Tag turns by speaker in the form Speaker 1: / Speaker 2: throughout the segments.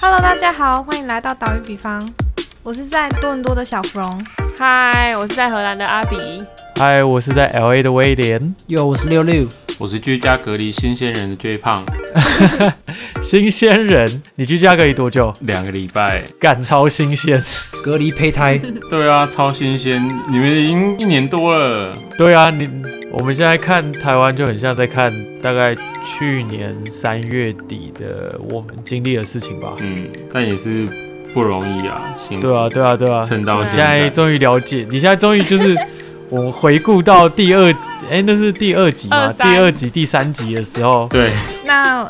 Speaker 1: Hello，大家好，欢迎来到岛屿比方，我是在多伦多的小芙蓉。
Speaker 2: 嗨，我是在荷兰的阿比。
Speaker 3: 嗨，我是在 L A 的威廉。
Speaker 4: 哟，我是六六，
Speaker 5: 我是居家隔离新鲜人的最胖，
Speaker 3: 新鲜人，你居家隔离多久？
Speaker 5: 两个礼拜。
Speaker 3: 赶超新鲜。
Speaker 4: 隔离胚胎，
Speaker 5: 对啊，超新鲜，你们已经一年多了。
Speaker 3: 对啊，你我们现在看台湾就很像在看大概去年三月底的我们经历的事情吧。
Speaker 5: 嗯，但也是不容易啊，辛苦。
Speaker 3: 对啊，对啊，对啊。
Speaker 5: 撑到
Speaker 3: 你现
Speaker 5: 现
Speaker 3: 在
Speaker 5: 在。
Speaker 3: 终于了解，你现在终于就是我们回顾到第二， 哎、那是第二集嘛？
Speaker 2: 二
Speaker 3: 第
Speaker 2: 三
Speaker 3: 二集、第三集的时候，
Speaker 5: 对，
Speaker 1: 那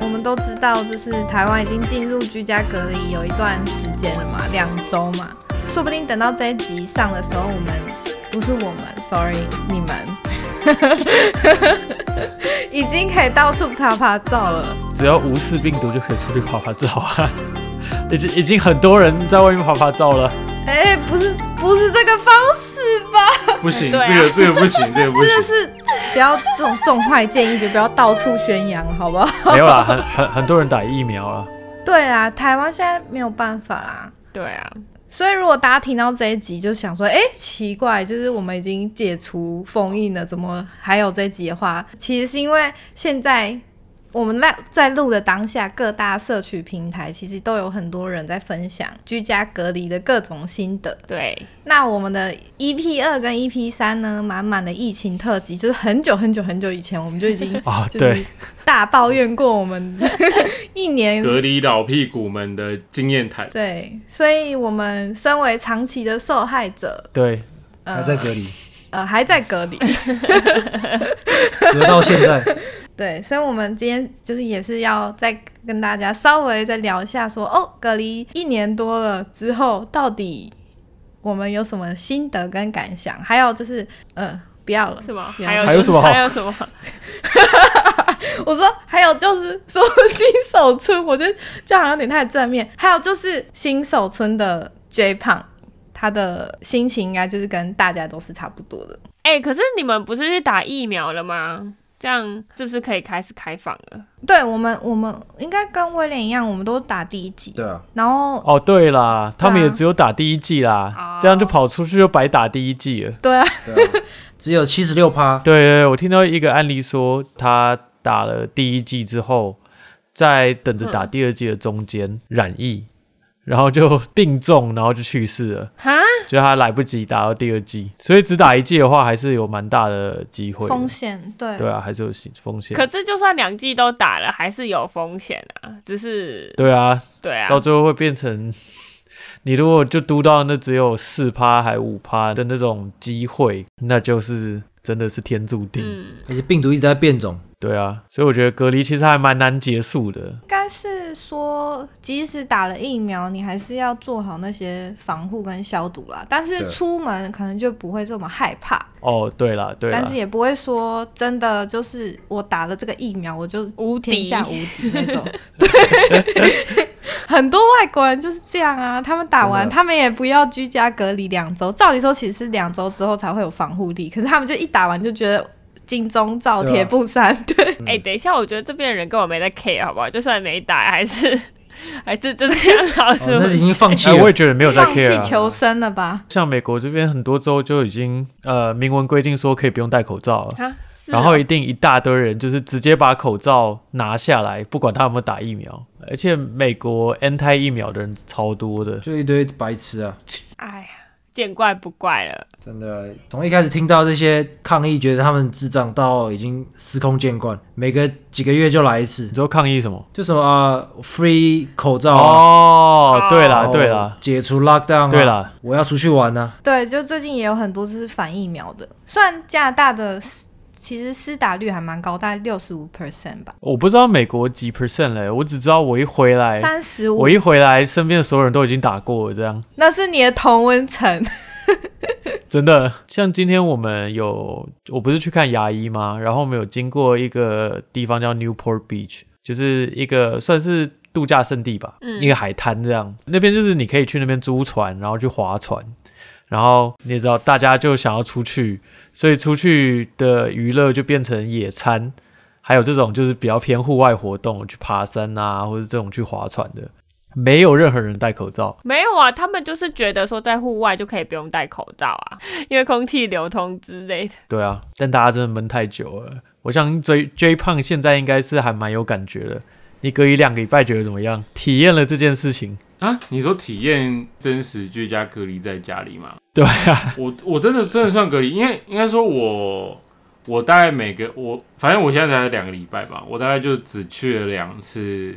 Speaker 1: 我们都知道，就是台湾已经进入居家隔离有一段时间了嘛，两周嘛，说不定等到这一集上的时候，我们不是我们，sorry，你们 已经可以到处爬爬照了。
Speaker 3: 只要无视病毒就可以出去拍拍照啊。 已经已经很多人在外面拍拍照了。
Speaker 1: 哎、不是不是这个方式吧？
Speaker 5: 不行，
Speaker 2: 对啊
Speaker 5: 这个这个不行，这个 不
Speaker 1: 这
Speaker 5: 行。
Speaker 1: 是不要这种这种坏建议，就不要到处宣扬，好不好？
Speaker 3: 没有啦，很很很多人打疫苗啊了。
Speaker 1: 对啦，台湾现在没有办法啦。
Speaker 2: 对啊，
Speaker 1: 所以如果大家听到这一集就想说，哎、奇怪，就是我们已经解除封印了，怎么还有这一集的话，其实是因为现在我们在在录的当下，各大社区平台其实都有很多人在分享居家隔离的各种心得。
Speaker 2: 对，
Speaker 1: 那我们的 EP 二跟 EP 三呢，满满的疫情特辑，就是很久很久很久以前，我们就已经
Speaker 3: 啊
Speaker 1: 就
Speaker 3: 对
Speaker 1: 是大抱怨过我们 一年
Speaker 5: 隔离老屁股们的经验谈，
Speaker 1: 对，所以我们身为长期的受害者，
Speaker 3: 对，
Speaker 4: 还在 隔离，
Speaker 1: 呃，还在隔离。
Speaker 4: 隔到现在，
Speaker 1: 对，所以我们今天就是也是要再跟大家稍微再聊一下说，哦，隔离一年多了之后，到底我们有什么心得跟感想？还有就是，呃，不要了，
Speaker 2: 什么？
Speaker 1: 不要
Speaker 2: 还有
Speaker 3: 还有什么
Speaker 2: 还有什么？
Speaker 1: 我说还有就是说新手村，我觉得这好像有点太正面。还有就是新手村的 J 胖，他的心情应该就是跟大家都是差不多的。
Speaker 2: 哎、可是你们不是去打疫苗了吗？这样是不是可以开始开放了？
Speaker 1: 对我们，我们应该跟威廉一样，我们都打第一季，
Speaker 4: 对啊，
Speaker 1: 然后
Speaker 3: 哦对啦，他们也只有打第一季啦，
Speaker 1: 啊
Speaker 2: 哦
Speaker 3: 这样就跑出去就白打第一季了。
Speaker 1: 对啊，
Speaker 4: 对啊，只有七十六趴，
Speaker 3: 对对对，我听到一个案例说，他打了第一季之后，在等着打第二季的中间染疫，然后就病重，然后就去世了，
Speaker 2: 哈，
Speaker 3: 就他来不及打到第二季，所以只打一季的话，还是有蛮大的机会的。
Speaker 1: 风险对
Speaker 3: 对啊，还是有风险。
Speaker 2: 可是就算两剂都打了，还是有风险啊。只是
Speaker 3: 对啊，
Speaker 2: 对啊，
Speaker 3: 到最后会变成， 你如果就嘟到那只有四趴还五趴的那种机会，那就是真的是天注定。
Speaker 2: 嗯，
Speaker 4: 而且病毒一直在 变种，
Speaker 3: 对啊，所以我觉得隔离其实还蛮难结束的。
Speaker 1: 应该是说，即使打了疫苗，你还是要做好那些防护跟消毒啦。但是
Speaker 4: 对
Speaker 1: 出门可能就不会这么害怕，
Speaker 3: 哦，对啦，对啦
Speaker 1: 但，是也不会说真的就是我打了这个疫苗，我就
Speaker 2: 无敌
Speaker 1: 天下无敌那 种。 对，很多外国人就是这样啊，他们打完
Speaker 4: 真的
Speaker 1: 他们也不要居家隔离两周，照理说其实是两周之后才会有防护力，可是他们就一打完就觉得金钟罩
Speaker 4: 对啊
Speaker 1: 铁布衫，对，
Speaker 3: 嗯
Speaker 2: 哎、等一下，我觉得这边的人跟我没在 care 好不好？就算没打，还是 还是就这样，老
Speaker 4: 哦
Speaker 2: 师、，
Speaker 4: 那已经放弃
Speaker 3: 哎、我也
Speaker 4: 了，
Speaker 3: 觉得没有在
Speaker 1: 放弃
Speaker 3: care 啊、
Speaker 1: 求生了吧？
Speaker 3: 像美国这边很多州就已经呃明文规定说可以不用戴口罩了，
Speaker 2: 哈，是
Speaker 3: 然后
Speaker 2: 哦
Speaker 3: 一定一大堆人就是直接把口罩拿下来，不管他有没有打疫苗。而且美国 anti 疫苗的人超多的，
Speaker 4: 就一堆白痴啊，
Speaker 2: 哎呀，见怪不怪了。
Speaker 4: 真的，从一开始听到这些抗议，觉得他们智障到已经司空见惯，每隔几个月就来一次
Speaker 3: 你，知道抗议什么？
Speaker 4: 就什么啊，free 口罩啊，
Speaker 3: 哦，对
Speaker 4: 然
Speaker 3: 啦，
Speaker 4: 后
Speaker 3: 对啦，
Speaker 4: 解除 lockdown，啊
Speaker 3: 对啦，
Speaker 4: 我要出去玩啊呢，
Speaker 1: 对，就最近也有很多就是反疫苗的，虽然加拿大的施其实施打率还蛮高，大概六十五 percent 吧，
Speaker 3: 我不知道美国几 percent 嘞，我只知道我一回来，
Speaker 1: 三十五
Speaker 3: 哎我，一回来，身边的所有人都已经打过了，这样
Speaker 1: 那是你的同温层。
Speaker 3: 真的。像今天我们有，我不是去看牙医吗？然后我们有经过一个地方叫 Newport Beach，就是一个算是度假胜地吧，一个海滩这样。那边就是你可以去那边租船，然后去划船。然后你也知道，大家就想要出去，所以出去的娱乐就变成野餐，还有这种就是比较偏户外活动，去爬山啊，或者这种去划船的。没有任何人戴口罩。
Speaker 2: 没有啊，他们就是觉得说在户外就可以不用戴口罩啊，因为空气流通之类的。
Speaker 3: 对啊，但大家真的闷太久了。我想 J J 胖现在应该是还蛮有感觉的。你隔一两个礼拜觉得怎么样？体验了这件事情，
Speaker 5: 啊，你说体验真实居家隔离在家里吗？
Speaker 3: 对啊，
Speaker 5: 我我真的真的算隔离，因为应该说我我大概每个我反正我现在才两个礼拜吧，我大概就只去了两次，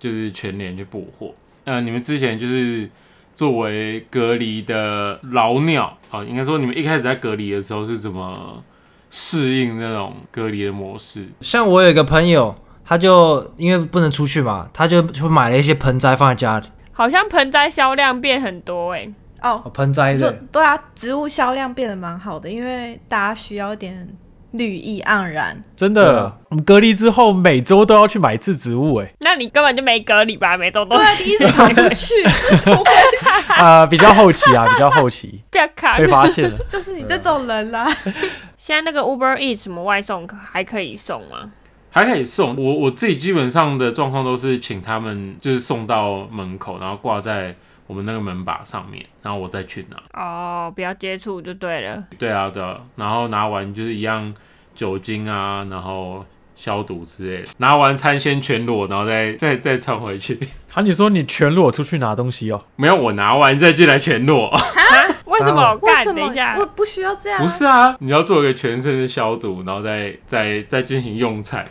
Speaker 5: 就是全年去补货。呃，你们之前就是作为隔离的老鸟啊，应该说你们一开始在隔离的时候是怎么适应那种隔离的模式？
Speaker 4: 像我有一个朋友，他就因为不能出去嘛，他就就买了一些盆栽放在家里。
Speaker 2: 好像盆栽销量变很多哎、
Speaker 1: 哦，
Speaker 4: 哦盆栽
Speaker 1: 说
Speaker 4: 的，
Speaker 1: 对啊，植物销量变得蛮好的，因为大家需要一点绿意盎然。
Speaker 3: 真
Speaker 4: 对
Speaker 3: 的
Speaker 4: 啊，
Speaker 3: 我们隔离之后每周都要去买一次植物、 欸，
Speaker 2: 那你根本就没隔离吧？每周都
Speaker 1: 对啊，你一直跑出 去，
Speaker 3: 哎、啊，比较后期啊，比较后 期
Speaker 2: 不要卡
Speaker 3: 被发现 了。
Speaker 1: 就是你这种人啊啦。
Speaker 2: 现在那个 Uber Eats 什么外送还可以送吗？
Speaker 5: 还可以送我我自己基本上的状况都是请他们就是送到门口，然后挂在我们那个门把上面，然后我再去拿。
Speaker 2: 哦，不要接触就对了。
Speaker 5: 对啊，对啊，然后拿完就是一样酒精啊，然后消毒之类的。拿完餐先全裸，然后再再再穿回去。
Speaker 3: 啊，你说你全裸出去拿东西哦？
Speaker 5: 没有，我拿完再进来全裸。
Speaker 2: 为什么？
Speaker 1: 为
Speaker 2: 干，
Speaker 1: 什
Speaker 2: 等
Speaker 1: 么
Speaker 2: 一下
Speaker 1: 我，啊不需要这样、
Speaker 5: 不是啊，你要做一个全身的消毒，然后再再再进行用餐。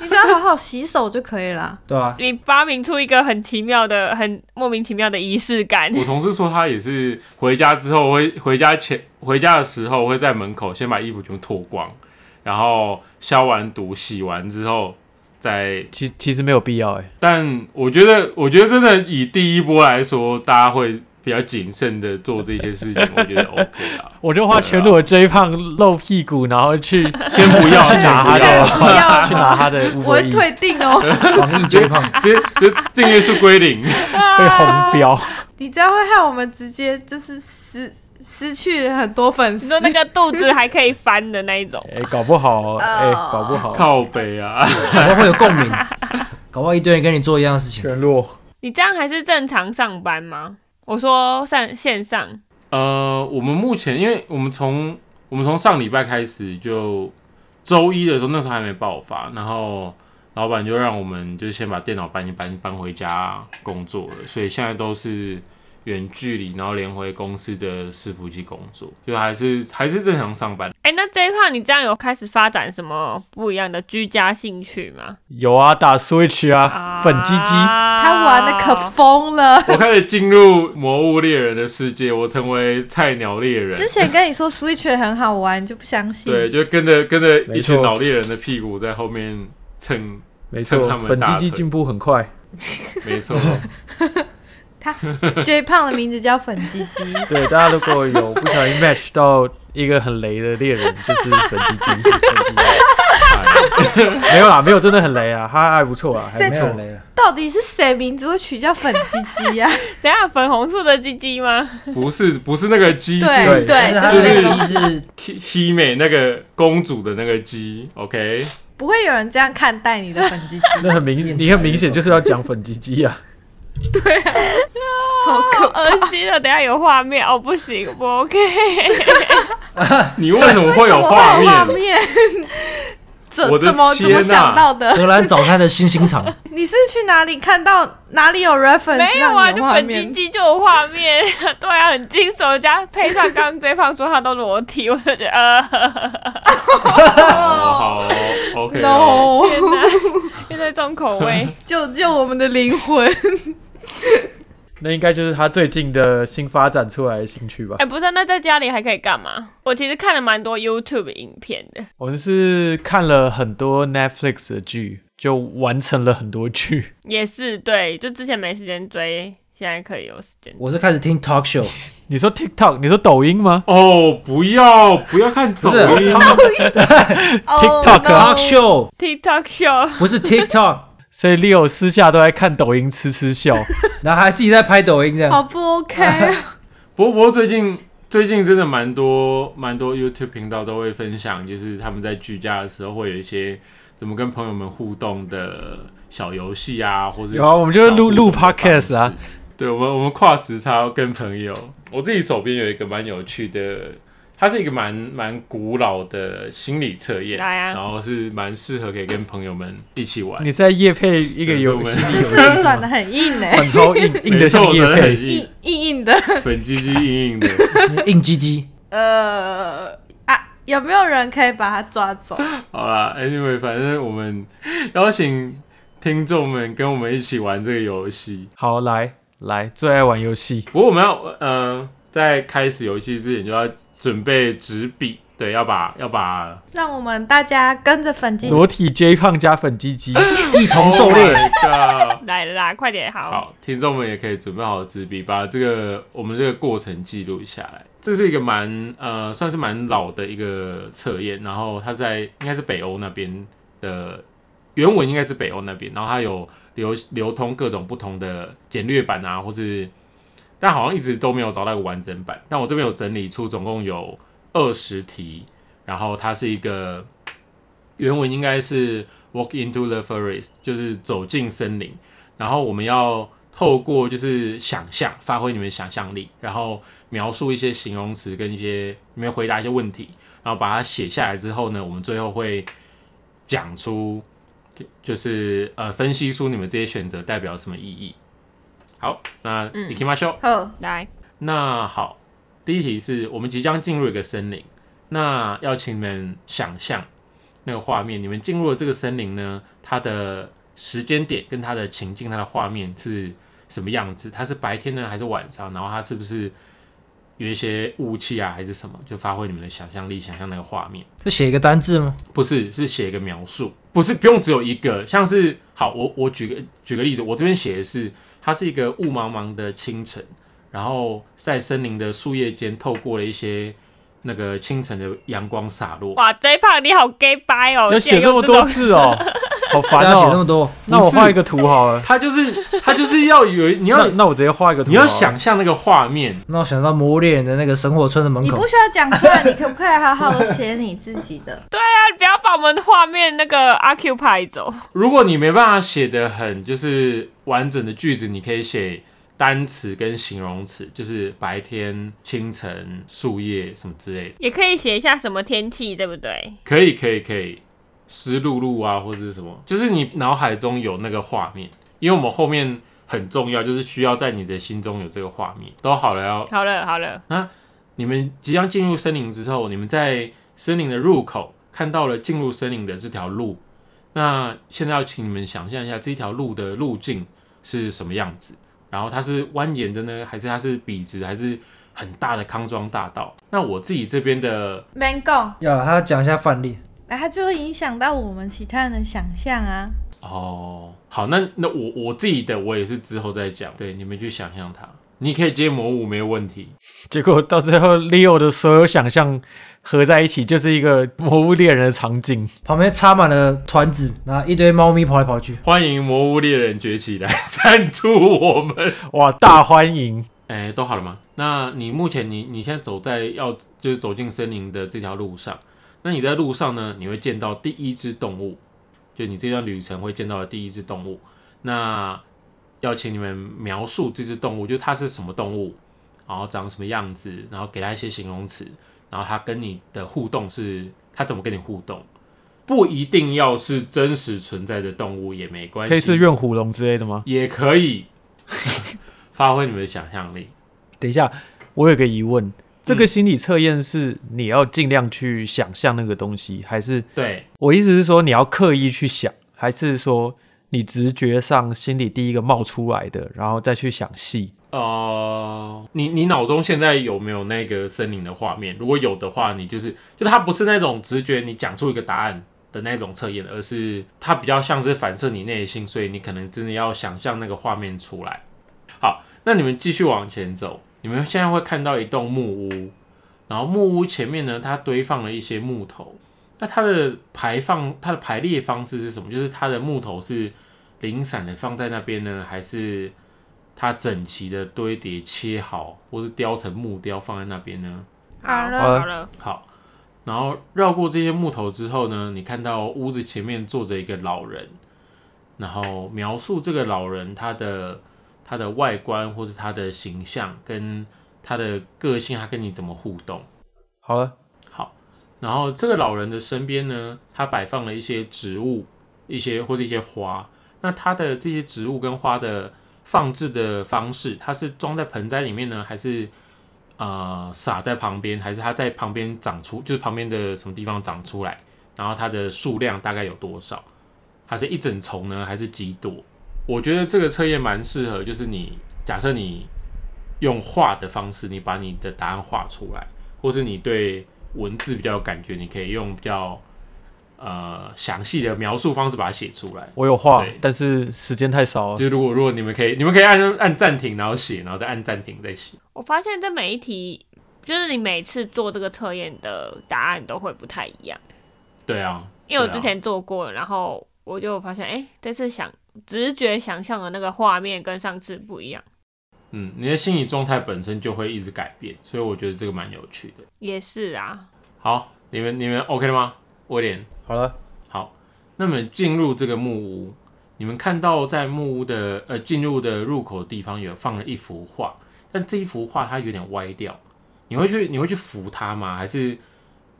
Speaker 1: 你只要好好洗手就可以了。
Speaker 4: 对啊，
Speaker 2: 你发明出一个很奇妙的、很莫名其妙的仪式感。
Speaker 5: 我同事说他也是回家之后会回家前回家的时候会在门口先把衣服全部脱光，然后消完毒、洗完之后再。
Speaker 3: 其其实没有必要、欸，哎，
Speaker 5: 但我觉得，我觉得真的以第一波来说，大家会比较谨慎的做这些事情，我觉得 OK 啦。
Speaker 3: 我就画全裸的 J 胖露屁股，然后去
Speaker 5: 先 不要，
Speaker 3: 去
Speaker 5: 先
Speaker 3: 拿他
Speaker 5: 不要
Speaker 3: 的，
Speaker 5: 啊，
Speaker 1: 不要
Speaker 3: 去拿他 的
Speaker 1: 我会
Speaker 3: Uber Eats，
Speaker 1: 退订哦，
Speaker 4: 防疫接胖，
Speaker 5: 直接就订阅数归零。
Speaker 3: 被红标。
Speaker 1: 你这样会害我们直接就是失失去很多粉
Speaker 2: 你
Speaker 1: 丝
Speaker 2: 说。那个肚子还可以翻的那一种，
Speaker 3: 哎、搞不好，哎、
Speaker 1: 哦
Speaker 3: 搞不好，
Speaker 5: 靠北啊！
Speaker 4: 搞不好会有 共鸣，搞不好一堆人跟你做一样的事情。
Speaker 3: 全裸。
Speaker 2: 你这样还是正常上班吗？我说上线上，
Speaker 5: 呃，我们目前，因为我们从我们从上礼拜开始就周一的时候，那时候还没爆发，然后老板就让我们就先把电脑搬一搬搬回家工作了，所以现在都是远距离，然后连回公司的伺服器工作，就还是还是正常上班。
Speaker 2: 哎、那这一胖你这样有开始发展什么不一样的居家兴趣吗？
Speaker 3: 有啊，打 Switch 啊，粉鸡 鸡。
Speaker 1: 他玩的可疯
Speaker 2: 啊
Speaker 1: 了。
Speaker 5: 我开始进入魔物猎人的世界，我成为菜鸟猎人。
Speaker 1: 之 前跟你说 Switch 很好玩，你就不相信。
Speaker 5: 对，就跟着跟着一
Speaker 3: 没
Speaker 5: 群
Speaker 3: 错
Speaker 5: 老猎人的屁股在后面蹭，
Speaker 3: 没
Speaker 5: 蹭他
Speaker 3: 错，
Speaker 5: 们
Speaker 3: 粉
Speaker 5: 大
Speaker 3: 鸡
Speaker 5: 腿
Speaker 3: 鸡进步很快。
Speaker 5: 没错。
Speaker 1: J 胖的名字叫粉鸡 鸡，
Speaker 3: 对，大家如果有不小心 match 到一个很雷的猎人，就是粉鸡鸡。粉鸡鸡
Speaker 5: 哎
Speaker 3: 没有啦，没有，真的很雷啊，他还不错啊，还
Speaker 4: 没
Speaker 3: 不
Speaker 4: 有
Speaker 3: 错。
Speaker 4: 雷了，
Speaker 1: 到底是谁名字会取叫粉鸡鸡啊 呀？
Speaker 2: 等一下粉红色的鸡鸡吗？
Speaker 5: 不是不是那个鸡，是
Speaker 1: 对 对，
Speaker 4: 但
Speaker 1: 就是
Speaker 4: 是
Speaker 1: 那
Speaker 4: 他
Speaker 1: 种
Speaker 4: 的鸡是
Speaker 5: Hi- Hime 那个公主的那个鸡，OK？
Speaker 1: 不会有人这样看待你的粉鸡鸡，
Speaker 3: 那很明，你很明显就是要讲粉鸡鸡啊。
Speaker 1: 好
Speaker 2: 好
Speaker 1: 可
Speaker 2: 恶心的，等一下有画面哦，不行，不 OK。
Speaker 5: 你 为什么会有
Speaker 1: 怕。
Speaker 5: 画
Speaker 1: 我画
Speaker 5: 面？
Speaker 1: 面，怎
Speaker 5: 我的
Speaker 1: 怎么怎么
Speaker 5: 天啊哪
Speaker 1: 想到的？
Speaker 4: 荷兰早餐的星星肠，
Speaker 1: 你是去哪里看到哪里有 reference？
Speaker 2: 没有啊，
Speaker 1: 让你
Speaker 2: 就
Speaker 1: 有画
Speaker 2: 本鸡
Speaker 1: 面。
Speaker 2: 鸡就有画面，对啊，很惊悚，加配上刚刚追胖说他都裸体，我就觉得呃，
Speaker 5: 哦，好，OK 哦。
Speaker 1: No，
Speaker 2: 天哪，又在重口 味。
Speaker 1: 救救我们的灵 魂！
Speaker 3: 那应该就是他最近的新发展出来的兴趣吧
Speaker 2: 哎、。不是，那在家里还可以干嘛？我其实看了蛮多 YouTube 影片的，
Speaker 3: 我们是看了很多 Netflix 的剧，就完成了很多剧。
Speaker 2: 也是对，就之前没时间追，现在可以有时间。
Speaker 4: 我是开始听 talk show，
Speaker 3: 你说 TikTok，你说抖音吗？
Speaker 5: 哦，不要不要看抖
Speaker 4: 不是
Speaker 5: 音，
Speaker 1: Oh, no
Speaker 4: talk show，
Speaker 2: TikTok show
Speaker 4: 不是 TikTok，
Speaker 3: 所以 Leo 私下都在看抖音，嗤嗤笑。
Speaker 4: 然后还自己在拍抖音这
Speaker 1: 好
Speaker 4: 样。
Speaker 1: 不 OK，
Speaker 5: 不过最近最近真的蛮多蛮多 YouTube 频道都会分享，就是他们在居家的时候会有一些怎么跟朋友们互动的小游戏啊，或者
Speaker 3: 有啊我们就是录录 podcast 啊。
Speaker 5: 对，我们我们跨时差跟朋友，我自己手边有一个蛮有趣的，它是一个蛮蛮古老的心理测验，
Speaker 2: 来啊
Speaker 5: 然后是蛮适合可以跟朋友们一起玩。
Speaker 3: 你是在夜配一个
Speaker 5: 对
Speaker 3: 游
Speaker 5: 所以我们
Speaker 3: 心理
Speaker 1: 这
Speaker 3: 游
Speaker 1: 是
Speaker 3: 戏
Speaker 1: 转
Speaker 3: 吗
Speaker 1: 的很硬哎、
Speaker 3: 转超 硬，硬的像夜
Speaker 5: 没错我的很
Speaker 3: 配。
Speaker 5: 硬
Speaker 1: 硬，硬硬的。
Speaker 5: 粉唧唧硬硬的。
Speaker 4: 硬唧唧，
Speaker 1: 呃啊，有没有人可以把它抓走？
Speaker 5: 好啦 a n y w a y 反正我们邀请听众们跟我们一起玩这个游戏。
Speaker 3: 好，来来，最爱玩游戏，
Speaker 5: 不过我们要呃，在开始游戏之前就要准备纸笔，对，要把要把
Speaker 1: 让我们大家跟着粉金
Speaker 3: 裸体 J 胖加粉鸡鸡。
Speaker 4: 一同狩
Speaker 5: Oh
Speaker 4: 猎。
Speaker 5: my god
Speaker 2: 来了啦，快点，好，
Speaker 5: 好，听众们也可以准备好纸笔，把这个我们这个过程记录下来。这是一个蛮呃，算是蛮老的一个测验，然后它在应该是北欧那边的原文应该是北欧那边，然后它有流流通各种不同的简略版啊，或是但好像一直都没有找到一个完整版。但我这边有整理出总共有二十题，然后它是一个原文应该是 “walk into the forest”，就是走进森林。然后我们要透过就是想象，发挥你们的想象力，然后描述一些形容词跟一些你们回答一些问题，然后把它写下来之后呢，我们最后会讲出，就是呃分析出你们这些选择代表什么意义。好，那
Speaker 2: 嗯
Speaker 5: i k i m a s h o
Speaker 1: 哦，
Speaker 2: 来，
Speaker 5: 那好，第一题是我们即将进入一个森林，那要请你们想象那个画面，你们进入了这个森林呢，它的时间点跟它的情境、它的画面是什么样子？它是白天呢，还是晚上？然后它是不是有一些雾气啊，还是什么？就发挥你们的想象力，想象那个画面。
Speaker 4: 是写一个单字吗？
Speaker 5: 不是，是写一个描述，不是不用只有一个，像是好，我我举个举个例子，我这边写的是，它是一个雾茫茫的清晨，然后在森林的树叶间透过了一些那个清晨的阳光洒落，
Speaker 2: 哇，J 胖你好 gay 掰
Speaker 3: 要
Speaker 2: 哦，竟
Speaker 3: 写
Speaker 2: 然
Speaker 3: 这
Speaker 2: 用
Speaker 3: 么
Speaker 2: 这
Speaker 3: 多
Speaker 2: 种，
Speaker 3: 字哦，好
Speaker 4: 大
Speaker 3: 烦
Speaker 4: 家写那么
Speaker 3: 哦。
Speaker 4: 多，
Speaker 3: 那
Speaker 5: 不
Speaker 3: 我
Speaker 5: 是
Speaker 3: 画一个图好了。
Speaker 5: 它就是它就是要有你要
Speaker 3: 那那我直接画一个图。
Speaker 5: 你要，想象那个画面，
Speaker 4: 嗯那我想到《魔物猎人》的那个神火村的门
Speaker 1: 你
Speaker 4: 口
Speaker 1: 不，需要讲出来，你可不可以好好的写你自己 的？
Speaker 2: 对啊，不要把我们的画面那个 occupy 走，
Speaker 5: 如果你没办法写的很就是完整的句子，你可以写单词跟形容词，就是白天、清晨、树叶什么之类的。
Speaker 2: 也可以写一下什么天气，对不对？
Speaker 5: 可以，可以，可以，湿漉漉啊，或者是什么，就是你脑海中有那个画面，因为我们后面很重要，就是需要在你的心中有这个画面。都好了要，
Speaker 2: 好了好了，
Speaker 5: 你们即将进入森林之后，你们在森林的入口看到了进入森林的这条路，那现在要请你们想象一下这条路的路径是什么样子，然后它是蜿蜒的呢，还是它是笔直的，还是很大的康庄大道？那我自己这边的
Speaker 1: 没讲，
Speaker 4: 要了他讲一下范例。
Speaker 1: 然后就会影响到我们其他人的想象啊。
Speaker 5: 哦，好，那那我我自己的我也是之后再讲，对，你们去想象它，你可以接魔物没有问题，
Speaker 3: 结果到最后 Leo 的所有想象合在一起，就是一个魔物猎人的场景。
Speaker 4: 旁边插满了团子，然后一堆猫咪跑来跑去。
Speaker 5: 欢迎魔物猎人崛起来 赞助我们。
Speaker 3: 哇，大欢迎！
Speaker 5: 哎、都好了吗？那你目前你你现在走在要就是走进森林的这条路上，那你在路上呢，你会见到第一只动物，就你这段旅程会见到的第一只动物。那要请你们描述这只动物，就它是什么动物，然后长什么样子，然后给它一些形容词，然后它跟你的互动是它怎么跟你互动，不一定要是真实存在的动物也没关系，
Speaker 3: 可以是怨虎龙之类的吗？
Speaker 5: 也可以 发挥你们的想象力。
Speaker 3: 等一下，我有个疑问，这
Speaker 5: 嗯
Speaker 3: 个心理测验是你要尽量去想象那个东西，还是
Speaker 5: 对，
Speaker 3: 我意思是说你要刻意去想，还是说你直觉上心里第一个冒出来的，然后再去想细？
Speaker 5: 呃，你你脑中现在有没有那个森林的画面？如果有的话，你就是就它不是那种直觉你讲出一个答案的那种测验，而是它比较像是反射你内心，所以你可能真的要想象那个画面出来。好，那你们继续往前走，你们现在会看到一栋木屋，然后木屋前面呢，它堆放了一些木头。那它的排放，它的排列方式是什么？就是它的木头是零散的放在那边呢，还是它整齐的堆叠切好，或是雕成木雕放在那边呢？
Speaker 1: 好了
Speaker 2: 好了，
Speaker 5: 好，然后绕过这些木头之后呢，你看到屋子前面坐着一个老人，然后描述这个老人他的他的外观或是他的形象跟他的个性，他跟你怎么互动。
Speaker 3: 好了，
Speaker 5: 然后这个老人的身边呢，他摆放了一些植物，一些或者一些花。那他的这些植物跟花的放置的方式，它是装在盆栽里面呢，还是呃撒在旁边，还是它在旁边长出，就是旁边的什么地方长出来？然后它的数量大概有多少？它是一整丛呢，还是几朵？我觉得这个测验蛮适合，就是你假设你用画的方式，你把你的答案画出来，或是你对文字比较有感觉，你可以用比较呃详细的描述方式把它写出来。
Speaker 3: 我有画
Speaker 5: 对，
Speaker 3: 但是时间太少了。
Speaker 5: 就如果如果你们可以，你们可以按按暂停，然后写，然后再按暂停再写。
Speaker 2: 我发现这每一题，就是你每次做这个测验的答案都会不太一样，
Speaker 5: 对啊，
Speaker 2: 因为我
Speaker 5: 对啊
Speaker 2: 之前做过，然后我就发现，哎、这次想直觉想象的那个画面跟上次不一样，
Speaker 5: 嗯，你的心理状态本身就会一直改变，所以我觉得这个蛮有趣的。
Speaker 2: 也是啊，
Speaker 5: 好，你们你们 OK 了吗？威廉，
Speaker 3: 好了，
Speaker 5: 好，那么进入这个木屋，你们看到在木屋的呃进入的入口地方有放了一幅画，但这一幅画它有点歪掉，你会去你会去扶它吗？还是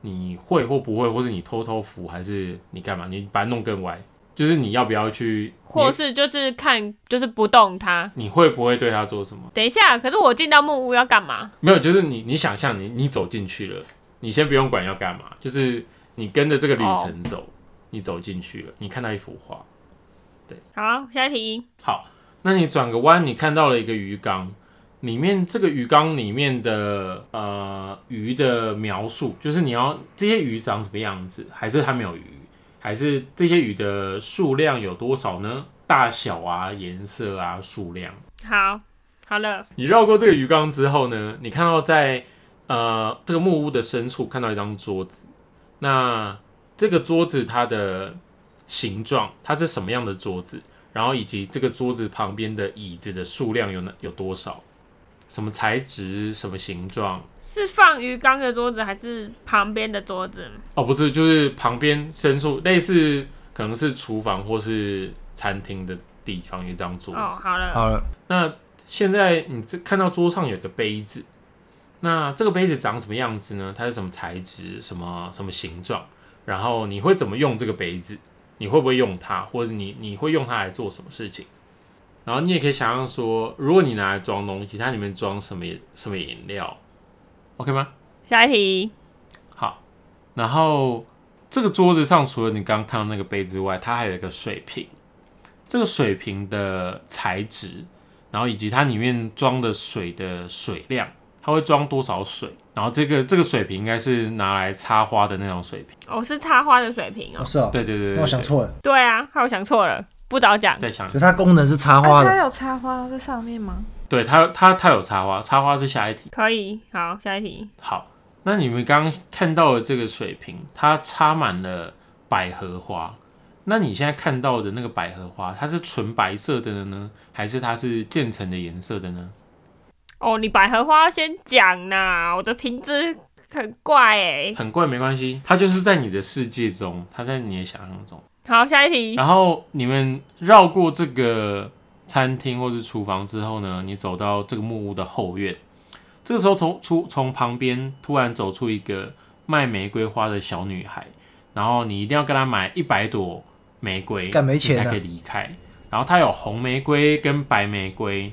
Speaker 5: 你会或不会，或是你偷偷扶，还是你干嘛？你把它弄更歪，就是你要不要去？
Speaker 2: 或是就是看就是不动它。
Speaker 5: 你你会不会对它做什么？
Speaker 2: 等一下，可是我进到木屋要干嘛？
Speaker 5: 没有，就是你你想象你你走进去了，你先不用管要干嘛，就是你跟着这个旅程走，你走进去了，你看到一幅画，
Speaker 2: 好，下一题。
Speaker 5: 好，那你转个弯，你看到了一个鱼缸，里面这个鱼缸里面的呃鱼的描述，就是你要这些鱼长什么样子，还是它没有鱼，还是这些鱼的数量有多少呢？大小啊，颜色啊，数量。
Speaker 2: 好，好了，
Speaker 5: 你绕过这个鱼缸之后呢，你看到在呃这个木屋的深处看到一张桌子，那这个桌子它的形状，它是什么样的桌子，然后以及这个桌子旁边的椅子的数量有哪有多少，什么材质，什么形状。
Speaker 2: 是放鱼缸的桌子还是旁边的桌子？
Speaker 5: 哦，不是，就是旁边深处，类似可能是厨房或是餐厅的地方有一张桌
Speaker 2: 哦，
Speaker 5: 子。
Speaker 2: 好了，
Speaker 4: 好了，
Speaker 5: 那现在你这看到桌上有个杯子，那这个杯子长什么样子呢？它是什么材质、什么什么形状？然后你会怎么用这个杯子？你会不会用它，或者你你会用它来做什么事情？然后你也可以想象说，如果你拿来装东西，它里面装什么什么饮料，OK 吗？
Speaker 2: 下一题。
Speaker 5: 好，然后这个桌子上除了你刚刚看到那个杯之外，它还有一个水瓶。这个水瓶的材质，然后以及它里面装的水的水量，它会装多少水？然后这个这个水瓶应该是拿来插花的那种水瓶。
Speaker 2: 哦，是插花的水瓶
Speaker 4: 哦
Speaker 2: 哦。
Speaker 4: 是哦，
Speaker 5: 对对对对
Speaker 4: 那我想
Speaker 5: 对
Speaker 4: 错了，
Speaker 2: 对啊，害我想错了，不早讲。
Speaker 5: 再想
Speaker 4: 就，它功能是插花
Speaker 1: 啊，它
Speaker 4: 的，
Speaker 1: 有插花在上面吗？
Speaker 5: 对它它它有插花，插花是下一题。
Speaker 2: 可以，好，下一题。
Speaker 5: 好，那你们刚刚看到的这个水瓶，它插满了百合花。那你现在看到的那个百合花，它是纯白色的呢，还是它是渐层的颜色的呢？
Speaker 2: 哦，你百合花先讲呐，我的瓶子很怪哎、
Speaker 5: 很怪没关系，它就是在你的世界中，它在你的想象中。
Speaker 2: 好，下一题。
Speaker 5: 然后你们绕过这个餐厅或是厨房之后呢，你走到这个木屋的后院，这个时候从出从旁边突然走出一个卖玫瑰花的小女孩，然后你一定要跟她买一百朵玫瑰，
Speaker 4: 干没钱
Speaker 5: 你
Speaker 4: 啊
Speaker 5: 才可以离开。然后它有红玫瑰跟白玫瑰，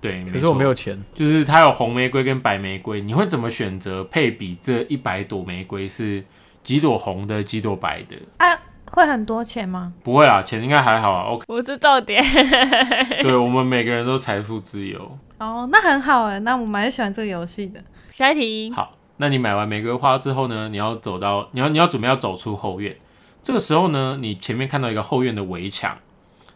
Speaker 5: 对，
Speaker 3: 可是我
Speaker 5: 错
Speaker 3: 没有钱。
Speaker 5: 就是它有红玫瑰跟白玫瑰，你会怎么选择配比这一百朵玫瑰是几朵红的，几朵白的？
Speaker 1: 啊，会很多钱吗？
Speaker 5: 不会啦，钱应该还好啊。OK，
Speaker 2: 不是重点，
Speaker 5: 对我们每个人都财富自由。
Speaker 1: 哦，那很好哎，那我蛮喜欢这个游戏的。
Speaker 2: 下一题。
Speaker 5: 好，那你买完玫瑰花之后呢？你要走到，你要你要准备要走出后院。这个时候呢，你前面看到一个后院的围墙，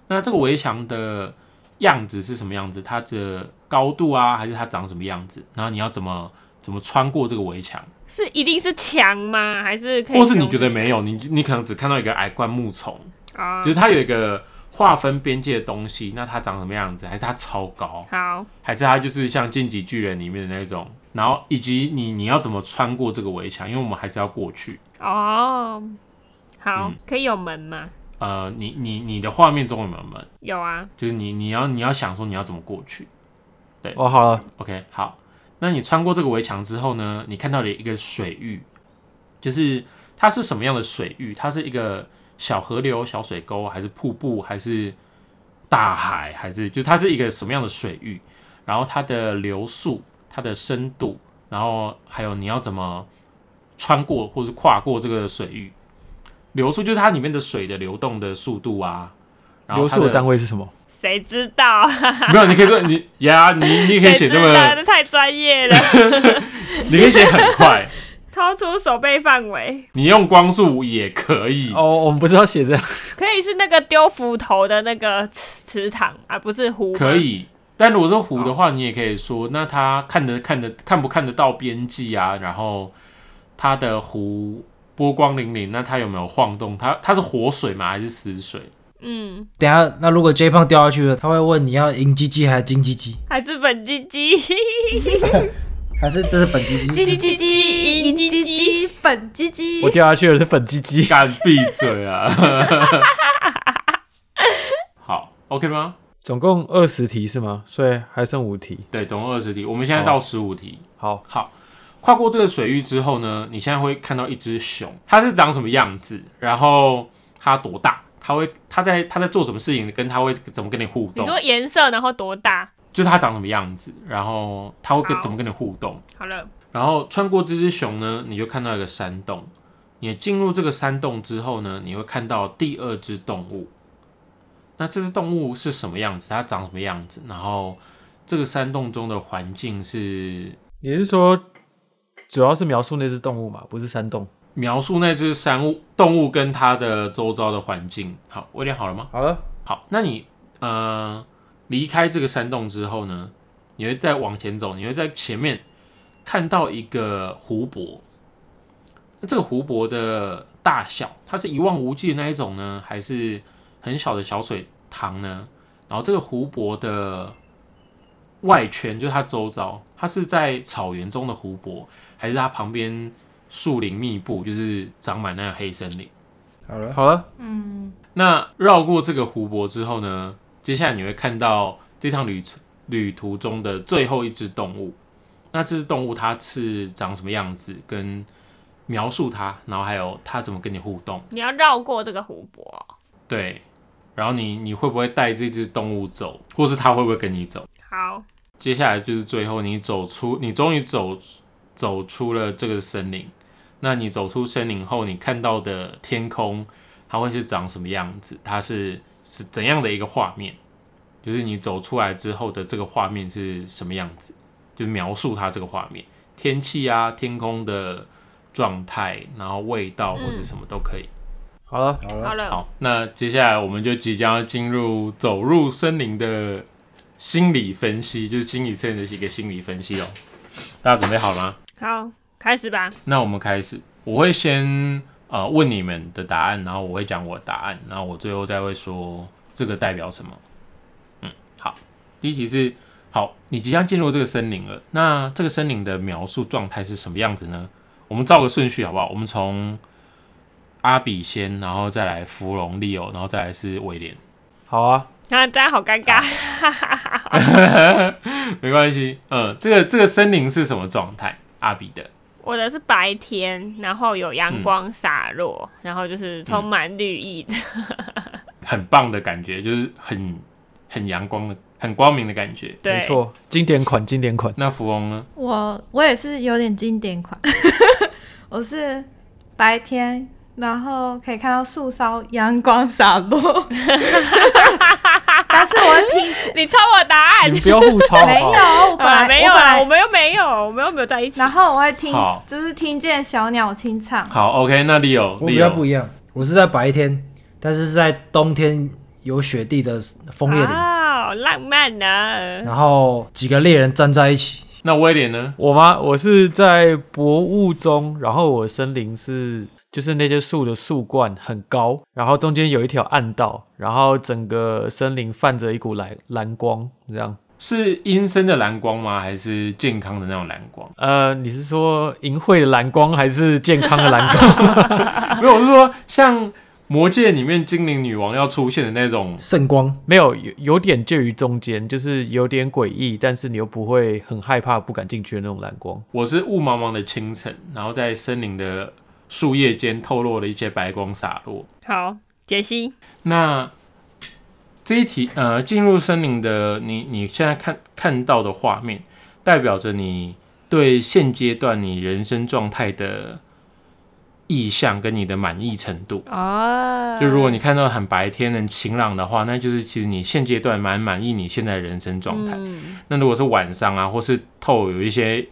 Speaker 5: 那这个围墙的样子是什么样子？它的高度啊，还是它长什么样子？然后你要怎么怎么穿过这个围墙？
Speaker 2: 是一定是墙吗？还是可以？
Speaker 5: 或是你觉得没？有，你你可能只看到一个矮灌木丛，
Speaker 2: 啊、
Speaker 5: 就是它有一个划分边界的东西，那它长什么样子？还是它超高？
Speaker 2: 好，
Speaker 5: 还是它就是像《进击巨人》里面的那种然后以及你你要怎么穿过这个围墙，因为我们还是要过去。
Speaker 2: 哦，好，
Speaker 5: 嗯
Speaker 2: 可以有门吗？
Speaker 5: 呃，你你你的画面中有没有门？
Speaker 2: 有啊，
Speaker 5: 就是你你要你要想说你要怎么过去。
Speaker 4: 哦，好了，
Speaker 5: OK，好，那你穿过这个围墙之后呢，你看到了一个水域，就是它是什么样的水域？它是一个小河流、小水沟，还是瀑布，还是大海，还是就它是一个什么样的水域？然后它的流速、它的深度，然后还有你要怎么穿过或是跨过这个水域？流速就是它里面的水的流动的速度啊，然后
Speaker 3: 流
Speaker 5: 它
Speaker 3: 速的
Speaker 5: 的
Speaker 3: 单位是什么？
Speaker 2: 谁知道？
Speaker 5: 没有，你可以说你呀，你你可以
Speaker 2: 谁
Speaker 5: 写
Speaker 2: 知
Speaker 5: 这
Speaker 2: 道？
Speaker 5: 么，
Speaker 2: 这太专业了，
Speaker 5: 你可以写很快，
Speaker 2: 超出手背范围。
Speaker 5: 你用光速也可以。
Speaker 3: 哦，我们不是要写这样，
Speaker 2: 可以是那个丢斧头的那个池池塘啊，不是湖吗。
Speaker 5: 可以。
Speaker 3: 哦
Speaker 5: 但如果是湖的话，你也可以说，那它看得看得看不看得到边际啊？然后它的湖波光粼粼，那它有没有晃动？它它是活水吗？还是 死水？
Speaker 2: 嗯，
Speaker 4: 等一下那如果 J 胖掉下去了，他会问你要银鸡鸡还是金鸡鸡，
Speaker 2: 还是本鸡鸡，
Speaker 4: 还是这是粉鸡鸡？
Speaker 1: 金鸡鸡、银鸡鸡、粉鸡鸡
Speaker 3: 我，掉下去了是粉鸡鸡。
Speaker 5: 敢闭嘴啊！ 好，OK 吗？
Speaker 3: 总共二十题是吗？所以还剩五题。
Speaker 5: 对，总共二十题，我们现在到
Speaker 3: 好
Speaker 5: 十五题。
Speaker 3: 好，
Speaker 5: 好，跨过这个水域之后呢，你现在会看到一只熊，它是长什么样子，然后它多大，它会它在它在做什么事情，跟它会怎么跟你互
Speaker 2: 你
Speaker 5: 动，
Speaker 2: 说颜色，然后多大？
Speaker 5: 就是它长什么样子，然后它会跟
Speaker 2: 好
Speaker 5: 怎么跟你互动。
Speaker 2: 好了，
Speaker 5: 然后穿过这只熊呢，你就看到一个山洞。你进入这个山洞之后呢，你会看到第二只动物。那这只动物是什么样子？它长什么样子？然后这个山洞中的环境是
Speaker 3: 你是说主要是描述那只动物嘛，不是山洞？
Speaker 5: 描述那只山物动物跟它的周遭的环境。好，威廉好了吗？
Speaker 3: 好了，
Speaker 5: 好，那你呃离开这个山洞之后呢，你会再往前走，你会在前面看到一个湖泊。那这个湖泊的大小，它是一望无际的那一种呢，还是很小的小水塘呢？然后这个湖泊的外圈，就是它周遭，它是在草原中的湖泊，还是它旁边树林密布，就是长满那个黑森林？
Speaker 4: 好了，
Speaker 3: 好了，
Speaker 1: 嗯，
Speaker 5: 那绕过这个湖泊之后呢，接下来你会看到这趟旅旅途中的最后一只动物。那这只动物它是长什么样子，跟描述它，然后还有它怎么跟你互动，
Speaker 2: 你要绕过这个湖泊。
Speaker 5: 对，然后你你会不会带这只动物走，或是它会不会跟你走？
Speaker 2: 好，
Speaker 5: 接下来就是最后，你走出，你终于走走出了这个森林。那你走出森林后，你看到的天空，它会是长什么样子？它是是怎样的一个画面？就是你走出来之后的这个画面是什么样子？就描述它这个画面，天气啊，天空的状态，然后味道或者什么都可以。
Speaker 3: 好了，
Speaker 4: 好了
Speaker 2: 好，了，
Speaker 5: 好，那接下来我们就即将要进入走入森林的心理分析，就是心理测验的一个心理分析哦。大家准备好了吗？
Speaker 2: 好，开始吧。
Speaker 5: 那我们开始，我会先呃问你们的答案，然后我会讲我的答案，然后我最后再会说这个代表什么。嗯，好，第一题是，好，你即将进入这个森林了，那这个森林的描述状态是什么样子呢？我们照个顺序好不好？我们从阿比先，然后再来芙蓉利欧，然后再来是威廉。
Speaker 3: 好啊，
Speaker 2: 啊，这样好尴尬。
Speaker 5: 没关系，嗯，这个这个森林是什么状态？阿比的，
Speaker 2: 我的是白天，然后有阳光洒落，然后就是充满绿意的。
Speaker 5: 很棒的感觉，就是很很阳光的、很光明的感觉。
Speaker 2: 对，
Speaker 3: 没错，经典款，经典款。
Speaker 5: 那芙蓉呢？
Speaker 1: 我我也是有点经典款， 我是白天，然后可以看到树梢阳光洒落， 但是我会听
Speaker 2: 你抄我答案
Speaker 3: 你们不要互
Speaker 4: 哦
Speaker 3: 抄好
Speaker 1: 没
Speaker 3: 不好？
Speaker 1: 有，我本来、
Speaker 2: 啊？没有
Speaker 1: 我本
Speaker 2: 啊，
Speaker 1: 来
Speaker 2: 我们又没有，我们又没有在一起
Speaker 1: 然。后我会听
Speaker 5: 好，
Speaker 1: 就是听见小鸟清唱。
Speaker 5: 好，OK，那 Leo，
Speaker 4: 我比较不
Speaker 5: Leo，
Speaker 4: 一样，我是在白天，但是是在冬天有雪地的枫叶里，
Speaker 2: 啊，好浪漫啊呢、
Speaker 4: 然后几个猎人站在一起，
Speaker 5: 那威廉呢？
Speaker 3: 我吗？我是在薄雾中，然后我森林是就是那些树的树冠很高，然后中间有一条暗道，然后整个森林泛着一股蓝蓝光，这样
Speaker 5: 是阴森的蓝光吗？还是健康的那种蓝光？
Speaker 3: 呃，你是说淫秽的蓝光还是健康的蓝光？
Speaker 4: 啊
Speaker 5: 没有，我是说像《魔戒》里面精灵女王要出现的那种，
Speaker 4: 圣光
Speaker 3: 没有，有有点介于中间，就是有点诡异，但是你又不会很害怕、不敢进去的那种蓝光。
Speaker 5: 我是雾茫茫的清晨，然后在森林的树叶间透露了一些白光洒落。
Speaker 2: 好，解析
Speaker 5: 那这一题，呃，进入森林的你，你现在看看到的画面，代表着你对现阶段你人生状态的意向跟你的满意程度。
Speaker 2: 哦。
Speaker 5: 就如果你看到很白天、很晴朗的话，那就是其实你现阶段蛮满意你现在的人生状态。
Speaker 2: 嗯
Speaker 5: 那如果是晚上啊，或是透有一些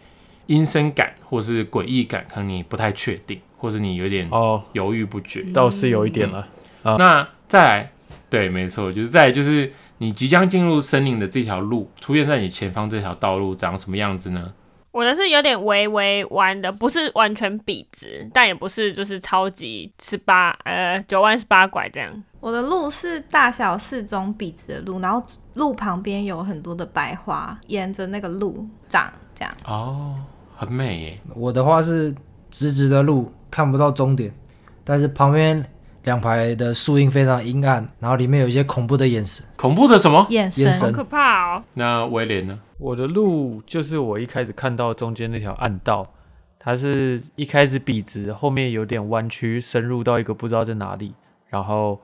Speaker 5: 阴森感或是诡异感，可能你不太确定，或是你有点
Speaker 3: 哦，
Speaker 5: 犹豫不决。
Speaker 3: 倒是有一点了。嗯
Speaker 5: 那再来，对，没错，就是再来就是你即将进入森林的这条路，出现在你前方这条道路长什么样子呢？
Speaker 2: 我的是有点微微弯的，不是完全笔直，但也不是就是超级十八呃九弯十八拐这样。
Speaker 1: 我的路是大小适中笔直的路，然后路旁边有很多的白花，沿着那个路长，这样
Speaker 5: 哦，很美耶，
Speaker 4: 我的话是直直的路，看不到终点，但是旁边两排的树荫非常阴暗，然后里面有一些恐怖的眼神。
Speaker 5: 恐怖的什么？
Speaker 1: 眼神
Speaker 4: 眼
Speaker 2: 好
Speaker 4: 神
Speaker 2: 可怕哦！
Speaker 5: 那威廉呢？
Speaker 3: 我的路就是我一开始看到中间那条暗道，它是一开始笔直，后面有点弯曲，深入到一个不知道在哪里，然后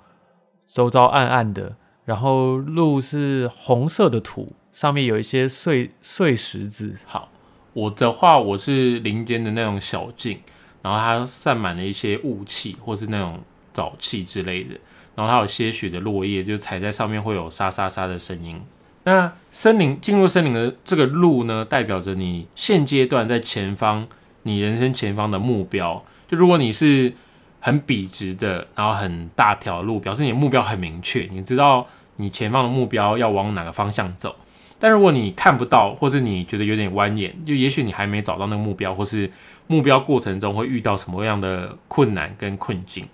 Speaker 3: 周遭暗暗的，然后路是红色的土，上面有一些碎碎石 子，
Speaker 5: 好，我的话我是林间的那种小径，然后它散满了一些雾气或是那种沼气之类的，然后它有些许的落叶，就踩在上面会有沙沙沙的声音。那森林进入森林的这个路呢，代表着你现阶段在前方，你人生前方的目标。就如果你是很笔直的，然后很大条路，表示你的目标很明确，你知道你前方的目标要往哪个方向走。但如果你看不到，或是你觉得有点蜿蜒，就也许你还没找到那个目标，或是目标过程中会遇到什么样的困难跟困境，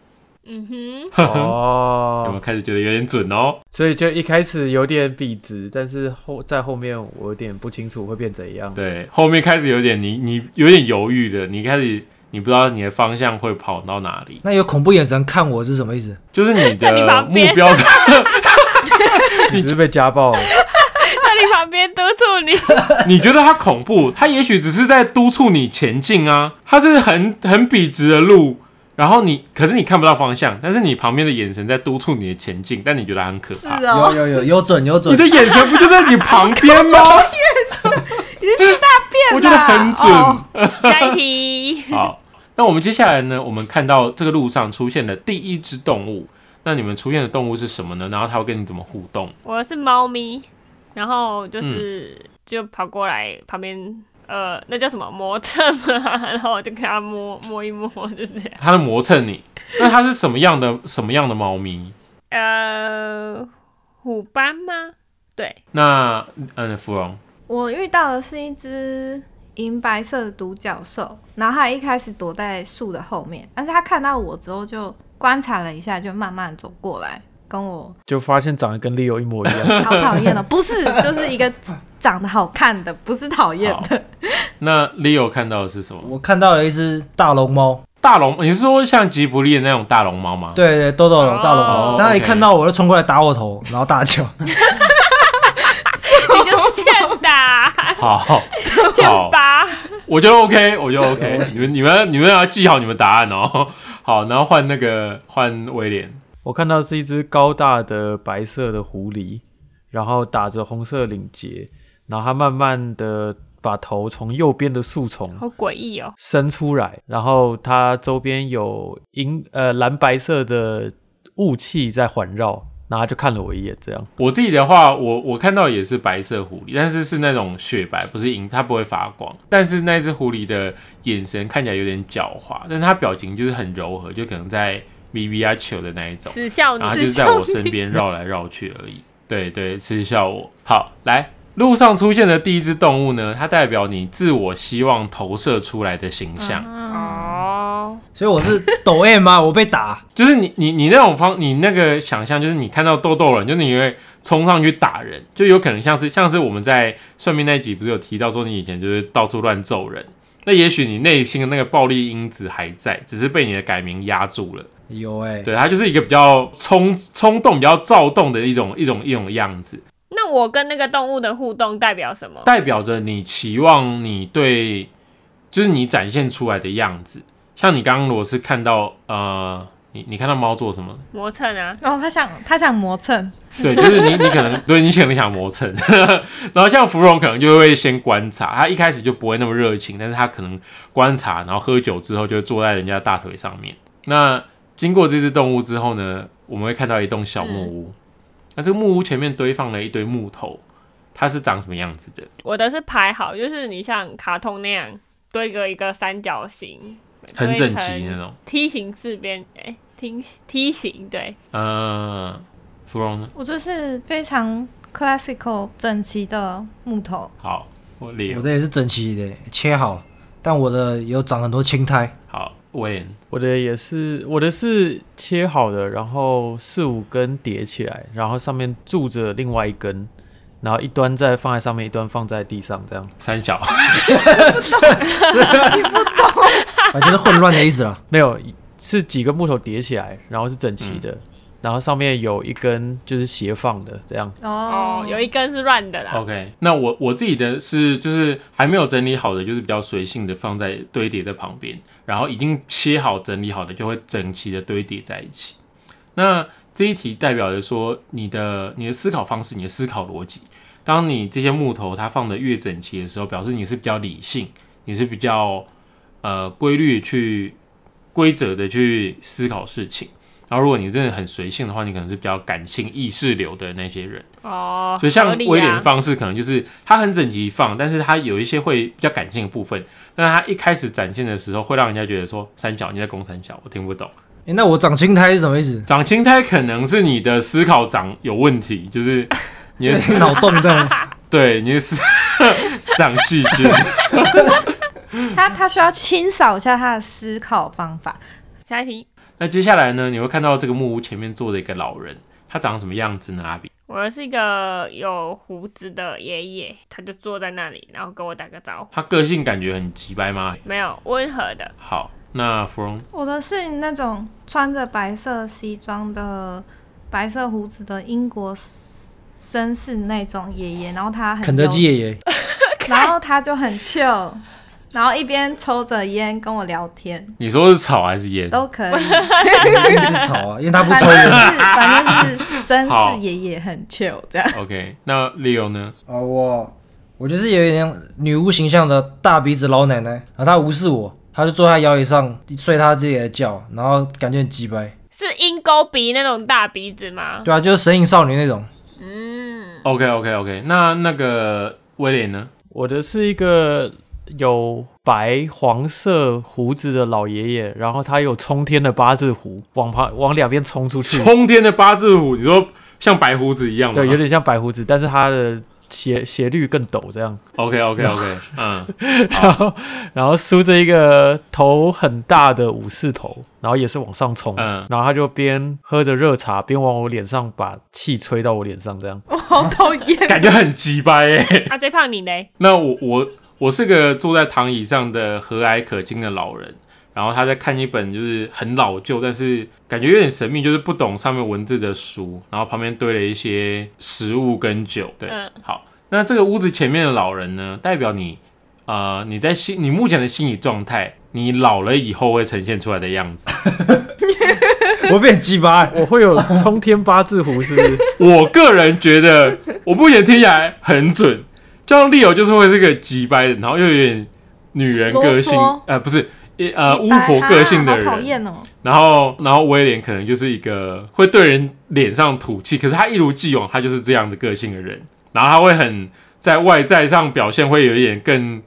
Speaker 2: 嗯哼，
Speaker 5: 有没有
Speaker 3: 哦，
Speaker 5: 开始觉得有点准哦？
Speaker 3: 所以就一开始有点笔直，但是后在后面我有点不清楚会变怎样。
Speaker 5: 对，后面开始有点你你有点犹豫的，你开始你不知道你的方向会跑到哪里，
Speaker 4: 那有恐怖眼神看我是什么意思？
Speaker 5: 就是你
Speaker 2: 在你
Speaker 5: 的
Speaker 2: 旁
Speaker 5: 目
Speaker 2: 边
Speaker 5: 标
Speaker 3: 你只是被家暴了，
Speaker 2: 在你旁边督促你，
Speaker 5: 你觉得它恐怖，它也许只是在督促你前进啊，它是很很笔直的路，然后你可是你看不到方向，但是你旁边的眼神在督促你的前进，但你觉得它很可怕。
Speaker 2: 啊
Speaker 1: 是
Speaker 4: 有
Speaker 1: 哦，
Speaker 4: 有有有准有
Speaker 5: 你
Speaker 4: 准
Speaker 5: 的，眼神不就在你旁边吗？
Speaker 1: 你是吃大
Speaker 5: 我
Speaker 1: 便
Speaker 5: 觉得
Speaker 1: 啦，
Speaker 5: 很准。
Speaker 1: 哦
Speaker 2: 下 一题。
Speaker 5: 好，那我们接下来呢？我们看到这个路上出现的第一只动物，那你们出现的动物是什么呢？然后它会跟你怎么互动？
Speaker 2: 我是猫咪，然后就是、就跑过来旁边，呃，那叫什么磨蹭嘛， 然后我就给它摸摸一摸，就是这样。
Speaker 5: 它在磨蹭你。那它是什么样的什么样的猫咪？
Speaker 2: 呃，虎斑吗？对，
Speaker 5: 那嗯，芙蓉，
Speaker 1: 我遇到的是一只银白色的独角兽，然后它一开始躲在树的后面，但是它看到我之后就观察了一下，就慢慢走过来跟我，
Speaker 3: 就发现长得跟 Leo 一模一样。
Speaker 1: 好讨厌哦，不是，就是一个长得好看的，不是讨厌
Speaker 5: 好
Speaker 1: 的，
Speaker 5: 那 Leo 看到的是什么？
Speaker 4: 我看到了一只大龙猫，
Speaker 5: 大龙，你是说像吉卜力的那种大龙猫吗？
Speaker 4: 对对，豆豆龙大龙
Speaker 5: 哦
Speaker 4: 猫，它一
Speaker 5: OK
Speaker 4: 看到我就冲过来打我头，然后大叫。
Speaker 2: 你就是欠打
Speaker 5: 好，
Speaker 2: 欠巴。
Speaker 5: 我就 OK，我就 OK。你们你们你们要记好你们答案哦。好，然后换那个换威廉。
Speaker 3: 我看到是一只高大的白色的狐狸，然后打着红色领结，然后它慢慢的把头从右边的树丛
Speaker 2: 好诡异哦！
Speaker 3: 伸出来，然后它周边有银呃蓝白色的雾气在环绕，然后它就看了我一眼，这样
Speaker 5: 我自己的话，我我看到也是白色狐狸，但是是那种雪白，不是银，它不会发光。但是那只狐狸的眼神看起来有点狡猾，但是它表情就是很柔和，就可能在 V V R 球的那一种，
Speaker 2: 耻笑你
Speaker 5: 然后
Speaker 1: 是
Speaker 5: 它啊就是在我身边绕来绕去而已。对对，嗤笑我。好，来路上出现的第一只动物呢，它代表你自我希望投射出来的形
Speaker 2: 嗯
Speaker 5: 象。
Speaker 1: 嗯
Speaker 2: 哦，
Speaker 4: 所以我是抖 M 吗？我被打，
Speaker 5: 就是你你你那种方，你那个想象就是你看到豆豆人，就是你会冲上去打人，就有可能像是像是我们在算命那一集不是有提到说你以前就是到处乱揍人，那也许你内心的那个暴力因子还在，只是被你的改名压住了。
Speaker 4: 有哎、
Speaker 5: 对，它就是一个比较冲冲动、比较躁动的一种一种一种样子，
Speaker 2: 那我跟那个动物的互动代表什么？
Speaker 5: 代表着你期望你对，就是你展现出来的样子。像你刚刚如果是看到呃，你你看到猫做什么？
Speaker 2: 磨蹭啊，
Speaker 1: 然后哦他想他想磨蹭，
Speaker 5: 对，就是你，你可能对你可能想磨蹭， 然后像芙蓉可能就会先观察，他一开始就不会那么热情，但是他可能观察，然后喝酒之后就会坐在人家大腿上面。那经过这只动物之后呢，我们会看到一栋小木屋，那这个木屋前面堆放了一堆木头，它是长什么样子的？
Speaker 2: 我的是排好，就是你像卡通那样堆个一个三角形，
Speaker 5: 很整齐
Speaker 2: 堆
Speaker 5: 那
Speaker 2: 成
Speaker 5: 种。
Speaker 2: 梯形四边，哎、梯梯形对，
Speaker 5: 呃，芙蓉呢
Speaker 1: 我就是非常 classical 整齐的木头，
Speaker 5: 好，我
Speaker 4: 我
Speaker 5: 脸
Speaker 4: 的也是整齐的，切好，但我的有长很多青苔，
Speaker 5: 好，我也
Speaker 3: 我的也是，我的是切好的，然后四五根叠起来，然后上面住着另外一根，然后一端在放在上面，一端放在地上，这样。
Speaker 5: 三小，
Speaker 4: 反啊正就是混乱的意思啦。
Speaker 3: 没有，是几个木头叠起来，然后是整齐
Speaker 5: 嗯
Speaker 3: 的，然后上面有一根就是斜放的，这样。
Speaker 2: 哦，有一根是乱的啦，
Speaker 5: OK，那我我自己的是就是还没有整理好的，就是比较随性的放在堆叠在旁边，然后已经切好整理好的就会整齐的堆叠在一起。那这一题代表着说你的你的思考方式，你的思考逻辑。当你这些木头它放的越整齐的时候，表示你是比较理性，你是比较呃规律地去规则的去思考事情。然后如果你真的很随性的话，你可能是比较感性意识流的那些人。
Speaker 2: 哦，
Speaker 5: 所以像
Speaker 2: 合理啊
Speaker 5: 威廉的方式，可能就是他很整齐放，但是他有一些会比较感性的部分。但他一开始展现的时候，会让人家觉得说三角你在攻三角，我听不懂。
Speaker 4: 诶欸那我长青苔是什么意思？
Speaker 5: 长青苔可能是你的思考长有问题，就是 你的 思
Speaker 4: 脑洞这样吗，
Speaker 5: 对你的思长细菌。
Speaker 1: 他他需要清扫一下他的思考方法，
Speaker 2: 下一题，
Speaker 5: 那接下来呢，你会看到这个木屋前面坐着一个老人，他长什么样子呢？阿比，
Speaker 2: 我是一个有胡子的爷爷，他就坐在那里，然后跟我打个招呼，
Speaker 5: 他个性感觉很急白吗？
Speaker 2: 没有温和的，
Speaker 5: 好，那芙蓉
Speaker 1: 我的是那种穿着白色西装的白色胡子的英国绅士那种爷爷，然后他很
Speaker 4: 肯德基
Speaker 1: 悠，
Speaker 4: 爷爷，
Speaker 1: 然后他就很 chill，然后一边抽着烟跟我聊天，
Speaker 5: 你说是草还是烟？
Speaker 1: 都可以，
Speaker 4: 一直吵啊，因为他不
Speaker 1: 反
Speaker 4: 抽
Speaker 1: 正
Speaker 4: 烟。
Speaker 1: 是反正是绅
Speaker 5: 好
Speaker 1: 士爷爷很 chill 这样。
Speaker 5: OK，那 Leo 呢？
Speaker 4: 哦，我我就是有一点女巫形象的大鼻子老奶奶，然后她无视我，她就坐在摇椅上睡她自己的觉，然后感觉很鸡掰，
Speaker 2: 是鹰钩鼻那种大鼻子吗？
Speaker 4: 对啊，就是神隐少女那种。
Speaker 2: 嗯，
Speaker 5: OK OK OK，那那个威廉呢？
Speaker 3: 我的是一个有白黄色胡子的老爷爷，然后他有冲天的八字胡，往旁往两边冲出去，
Speaker 5: 冲天的八字胡，你说像白胡子一样吗？
Speaker 3: 对，有点像白胡子，但是他的斜斜率更陡，这样。
Speaker 5: OK OK OK，嗯，
Speaker 3: 然后然后梳着一个头很大的武士头，然后也是往上冲，
Speaker 5: 嗯
Speaker 3: 然后他就边喝着热茶边往我脸上把气吹到我脸上，这样。
Speaker 1: 我好讨厌，哦
Speaker 5: 感觉很鸡掰耶。
Speaker 2: 啊，最胖你嘞？
Speaker 5: 那我我我是个坐在躺椅上的和蔼可亲的老人，然后他在看一本就是很老旧，但是感觉有点神秘，就是不懂上面文字的书，然后旁边堆了一些食物跟酒。对，
Speaker 2: 嗯
Speaker 5: 好，那这个屋子前面的老人呢，代表你，呃，你在心你目前的心理状态，你老了以后会呈现出来的样子。
Speaker 4: 我变鸡巴，
Speaker 3: 我会有冲天八字胡，是不是？
Speaker 5: 我个人觉得，我目前听起来很准。就像 Leo 就是会是个急掰的，然后又有点女人个性
Speaker 1: 啰嗦，
Speaker 5: 呃，不是，一呃，巫
Speaker 1: 鸡掰
Speaker 5: 婆个性的
Speaker 1: 啊好讨
Speaker 5: 人。
Speaker 1: 厌哦。
Speaker 5: 然后，然后威廉可能就是一个会对人脸上吐气，可是他一如既往，他就是这样的个性的人。然后他会很在外在上表现会有一点更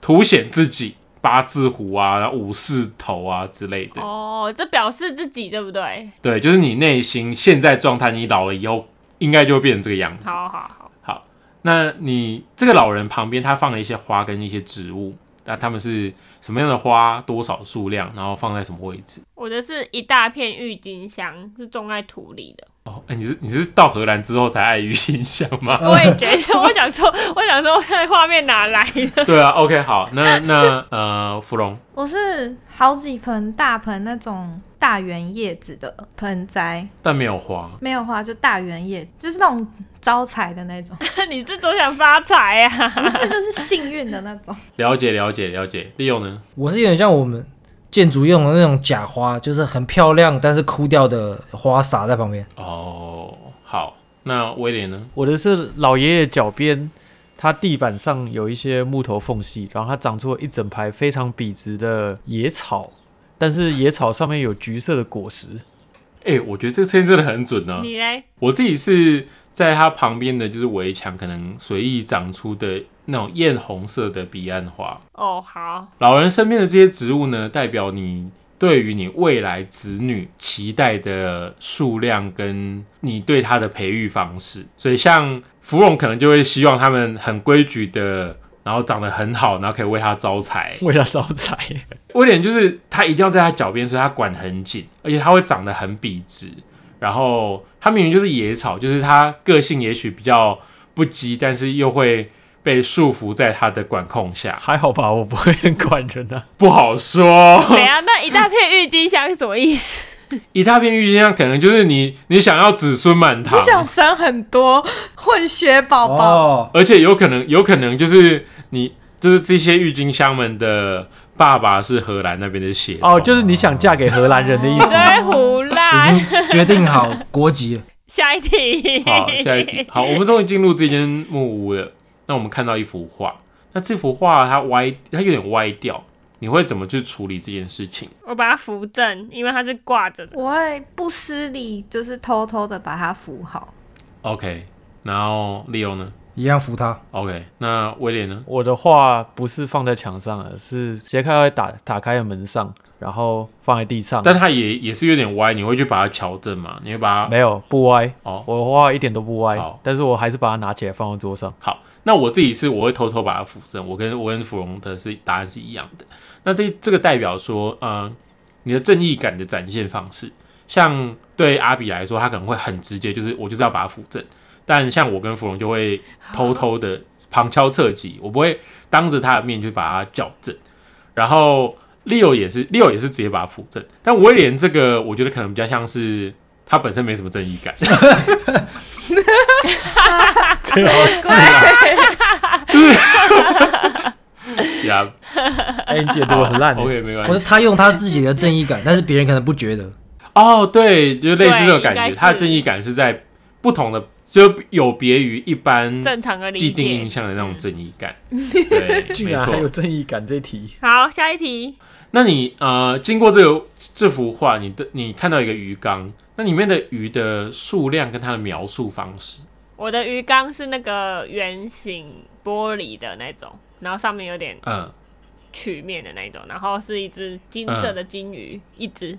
Speaker 5: 凸显自己八字胡啊、然后武士头啊之类的。
Speaker 2: 哦，这表示自己对不对？
Speaker 5: 对，就是你内心现在状态，你老了以后应该就会变成这个样子。
Speaker 2: 好好好，
Speaker 5: 那你这个老人旁边，他放了一些花跟一些植物，那他们是什么样的花，多少数量，然后放在什么位置？
Speaker 2: 我的是一大片郁金香，是种在土里的，
Speaker 5: 哦，哎、你是你是到荷兰之后才爱鱼形象吗？
Speaker 2: 我也觉得，我想说，我想说，看画面哪来的？
Speaker 5: 对啊，OK，好，那那呃，芙蓉，
Speaker 1: 我是好几盆大盆那种大圆叶子的盆栽，
Speaker 5: 但没有花，
Speaker 1: 没有花就大圆叶，就是那种招财的那 种，
Speaker 2: 你是多想发财呀、啊？
Speaker 1: 不是就是幸运的那 种。
Speaker 5: 了解了解了解。利用呢？
Speaker 4: 我是有点像我们建筑用的那种假花，就是很漂亮但是枯掉的花洒在旁边。
Speaker 5: 哦，好，那威廉呢？
Speaker 3: 我的是老爷爷脚边，它地板上有一些木头缝隙，然后它长出了一整排非常笔直的野草，但是野草上面有橘色的果实。
Speaker 5: 哎、我觉得这个测验真的很准呢、
Speaker 2: 你嘞？
Speaker 5: 我自己是在它旁边的就是围墙，可能随意长出的那种艳红色的彼岸花。
Speaker 2: 哦，好，
Speaker 5: 老人身边的这些植物呢，代表你对于你未来子女期待的数量跟你对他的培育方式。所以，像芙蓉可能就会希望他们很规矩的，然后长得很好，然后可以为他招财。
Speaker 3: 为了招财，
Speaker 5: 威廉就是他一定要在他脚边，所以他管很紧，而且他会长得很笔直。然后他明明就是野草，就是他个性也许比较不羁，但是又会被束缚在他的管控下，
Speaker 3: 还好吧？我不会很管人啊。
Speaker 5: 不好说。
Speaker 2: 等一下那一大片郁金香是什么意思？
Speaker 5: 一大片郁金香，可能就是你你想要子孙满堂
Speaker 1: 你，想生很多混血宝宝，
Speaker 4: 哦，
Speaker 5: 而且有可能有可能就是你就是这些郁金香们的爸爸是荷兰那边的 血
Speaker 3: 哦，就是你想嫁给荷兰人的意
Speaker 5: 哦
Speaker 2: 你
Speaker 3: 思。
Speaker 2: 在胡
Speaker 4: 已
Speaker 2: 乱。
Speaker 4: 经决定好国籍了。
Speaker 2: 下一题。
Speaker 5: 哦好，下 一题。好，我们终于进入这间木屋了。那我们看到一幅画，那这幅画它歪，它有点歪掉，你会怎么去处理这件事情？
Speaker 2: 我把它扶正，因为它是挂着的。
Speaker 1: 我会不失礼，就是偷偷的把它扶好。
Speaker 5: OK，然后 Leo 呢
Speaker 4: 一样扶他，
Speaker 5: ？OK，那威廉呢？
Speaker 3: 我的话不是放在墙上的，是斜开在打打开的门上，然后放在地上。
Speaker 5: 但它也也是有点歪，你会去把它矫正嘛？你会把它
Speaker 3: 没有不歪，
Speaker 5: 哦
Speaker 3: 我的话一点都不歪
Speaker 5: 好，
Speaker 3: 但是我还是把它拿起来放到桌上。
Speaker 5: 好。那我自己是我会偷偷把它扶正，我跟我跟芙蓉的是答案是一样的。那这这个代表说，呃，你的正义感的展现方式，像对阿比来说，他可能会很直接，就是我就是要把它扶正。但像我跟芙蓉就会偷偷的旁敲侧击，我不会当着他的面去把它矫正。然后 Leo 也是，Leo 也是直接把它扶正。但威廉这个，我觉得可能比较像是他本身没什么正义感，
Speaker 3: 最好是
Speaker 5: 呀、
Speaker 3: 哎，你解读得很 烂欸。
Speaker 5: OK，没关
Speaker 4: 我说。
Speaker 5: 系
Speaker 4: 他用他自己的正义感，但是别人可能不觉得。
Speaker 5: 哦，对，就类似这种感
Speaker 2: 对应该
Speaker 5: 觉，
Speaker 2: 是
Speaker 5: 他的正义感是在不同的，就有别于一般
Speaker 2: 正常的理
Speaker 5: 既定印
Speaker 2: 解。嗯
Speaker 5: 象的那种正义感。 对，
Speaker 3: 居
Speaker 5: 没
Speaker 3: 然还有
Speaker 5: 错。
Speaker 3: 正义感这一题，
Speaker 2: 好，下一题。
Speaker 5: 那你呃，经过这个这幅画，你的你看到一个鱼缸，那里面的鱼的数量跟它的描述方式，
Speaker 2: 我的鱼缸是那个圆形玻璃的那种，然后上面有点
Speaker 5: 嗯，
Speaker 2: 曲面的那种，然后是一只金色
Speaker 5: 嗯
Speaker 2: 的金鱼，一只。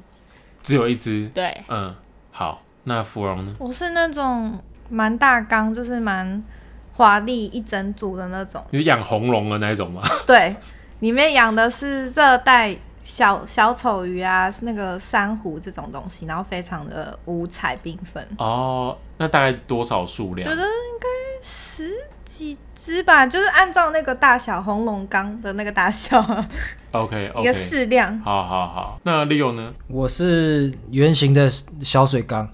Speaker 5: 只有一只，
Speaker 2: 对，
Speaker 5: 嗯，好，那芙蓉呢？
Speaker 1: 我是那种蛮大缸，就是蛮华丽一整组的那种。
Speaker 5: 你是养红龙的那一种 吗？
Speaker 1: 对，里面养的是热带小小丑鱼啊，是那个珊瑚这种东西，然后非常的五彩缤纷，
Speaker 5: 哦，那大概多少数量
Speaker 1: 觉？得应该十几只吧，就是按照那个大小红龙缸的那个大 小
Speaker 5: OK
Speaker 1: 一个
Speaker 5: OK，
Speaker 1: 适量。
Speaker 5: 好好好，那 Leo 呢？
Speaker 4: 我是圆形的小水缸，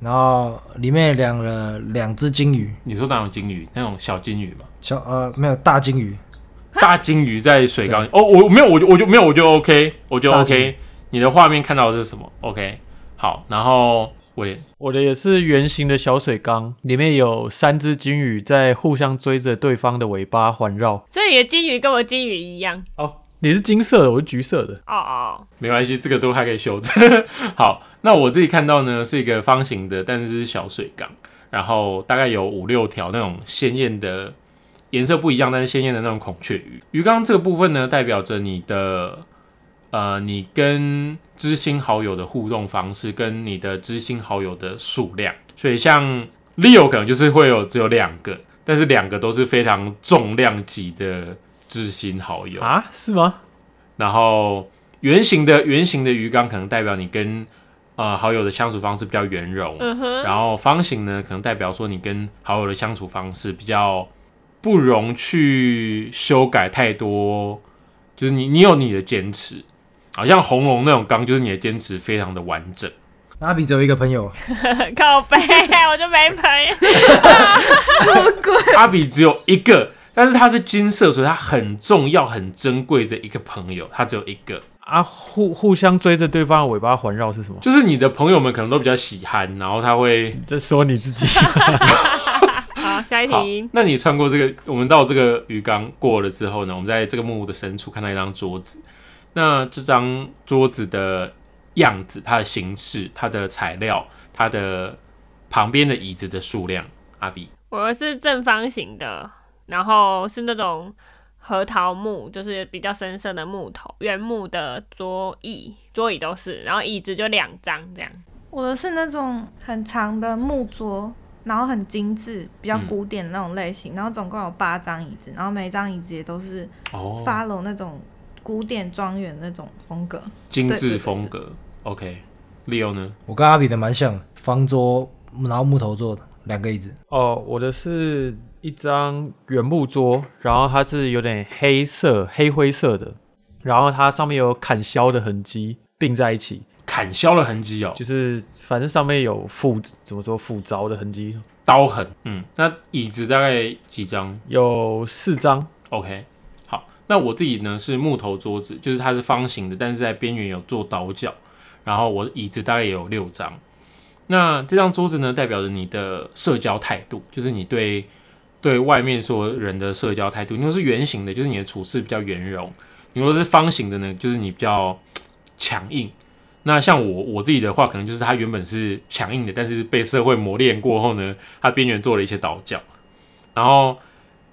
Speaker 4: 然后里面养了两只金鱼，
Speaker 5: 你说那种金鱼，那种小金鱼吗？
Speaker 4: 小呃没有大金鱼，
Speaker 5: 大金鱼在水缸里。哦，我我没有，我就我就没有，我就 OK，我就
Speaker 3: 大金
Speaker 5: OK。你的画面看到的是什么？OK，好，然后我也
Speaker 3: 我的也是圆形的小水缸，里面有三只金鱼在互相追着对方的尾巴环绕。
Speaker 2: 所以你的金鱼跟我金鱼一样。
Speaker 3: 哦，你是金色的，我是橘色的。
Speaker 2: 哦哦，
Speaker 5: 没关系，这个都还可以修正。 好，那我自己看到呢是一个方形的，但是是小水缸，然后大概有五六条那种鲜艳的颜色不一样，但是鲜艳的那种孔雀鱼。鱼缸这个部分呢，代表着你的呃，你跟知心好友的互动方式，跟你的知心好友的数量。所以像 Leo 可能就是会有只有两个，但是两个都是非常重量级的知心好友。
Speaker 3: 啊，是吗？
Speaker 5: 然后圆形的圆形的鱼缸可能代表你跟呃好友的相处方式比较圆融，
Speaker 2: 嗯哼，
Speaker 5: 然后方形呢，可能代表说你跟好友的相处方式比较不容去修改太多，就是你你有你的坚持，好像红龙那种刚就是你的坚持非常的完 整。
Speaker 4: 阿比只有一个朋友，
Speaker 2: 靠背，我就没朋友。
Speaker 5: 阿比只有一个，但是他是金色，所以他很重要、很珍贵的一个朋友，他只有一个。
Speaker 3: 啊，互互相追着对方的尾巴环绕是什么？
Speaker 5: 就是你的朋友们可能都比较喜憨，然后他会
Speaker 3: 你在说你自己
Speaker 2: 好，下一
Speaker 5: 好
Speaker 2: 题。。
Speaker 5: 那你穿过这个，我们到这个鱼缸过了之后呢，我们在这个木屋的深处看到一张桌子。那这张桌子的样子、它的形式、它的材料、它的旁边的椅子的数量，阿比
Speaker 2: 我是正方形的，然后是那种核桃木，就是比较深色的木头，原木的桌椅，桌椅都是，然后椅子就两张这样。
Speaker 1: 我的是那种很长的木桌，然后很精致，比较古典那种类型，然后总共有八张椅子，然后每一张椅子也都是
Speaker 5: 哦，
Speaker 1: follow 那种古典庄园那种风格。
Speaker 5: 精
Speaker 1: 对对
Speaker 5: 致
Speaker 1: 对
Speaker 5: 风格。OK，Leo 呢？
Speaker 4: 我跟阿比的蛮像的，方桌然后木头做的，两个椅子。
Speaker 3: 哦。我的是一张原木桌，然后它是有点黑色、黑灰色的，然后它上面有砍削的痕迹并在一起，
Speaker 5: 砍削的痕迹哦，
Speaker 3: 就是反正上面有斧怎么说斧凿的痕迹，
Speaker 5: 刀痕。嗯，那椅子大概几张
Speaker 3: 有四张。
Speaker 5: ？OK，好，那我自己呢是木头桌子，就是它是方形的，但是在边缘有做刀角。然后我的椅子大概也有六张。那这张桌子呢，代表着你的社交态度，就是你对对外面所有人的社交态度。你如果是圆形的，就是你的处事比较圆融；你如果是方形的呢，就是你比较强硬。那像我我自己的话，可能就是它原本是强硬的，但是被社会磨练过后呢，它边缘做了一些倒角。然后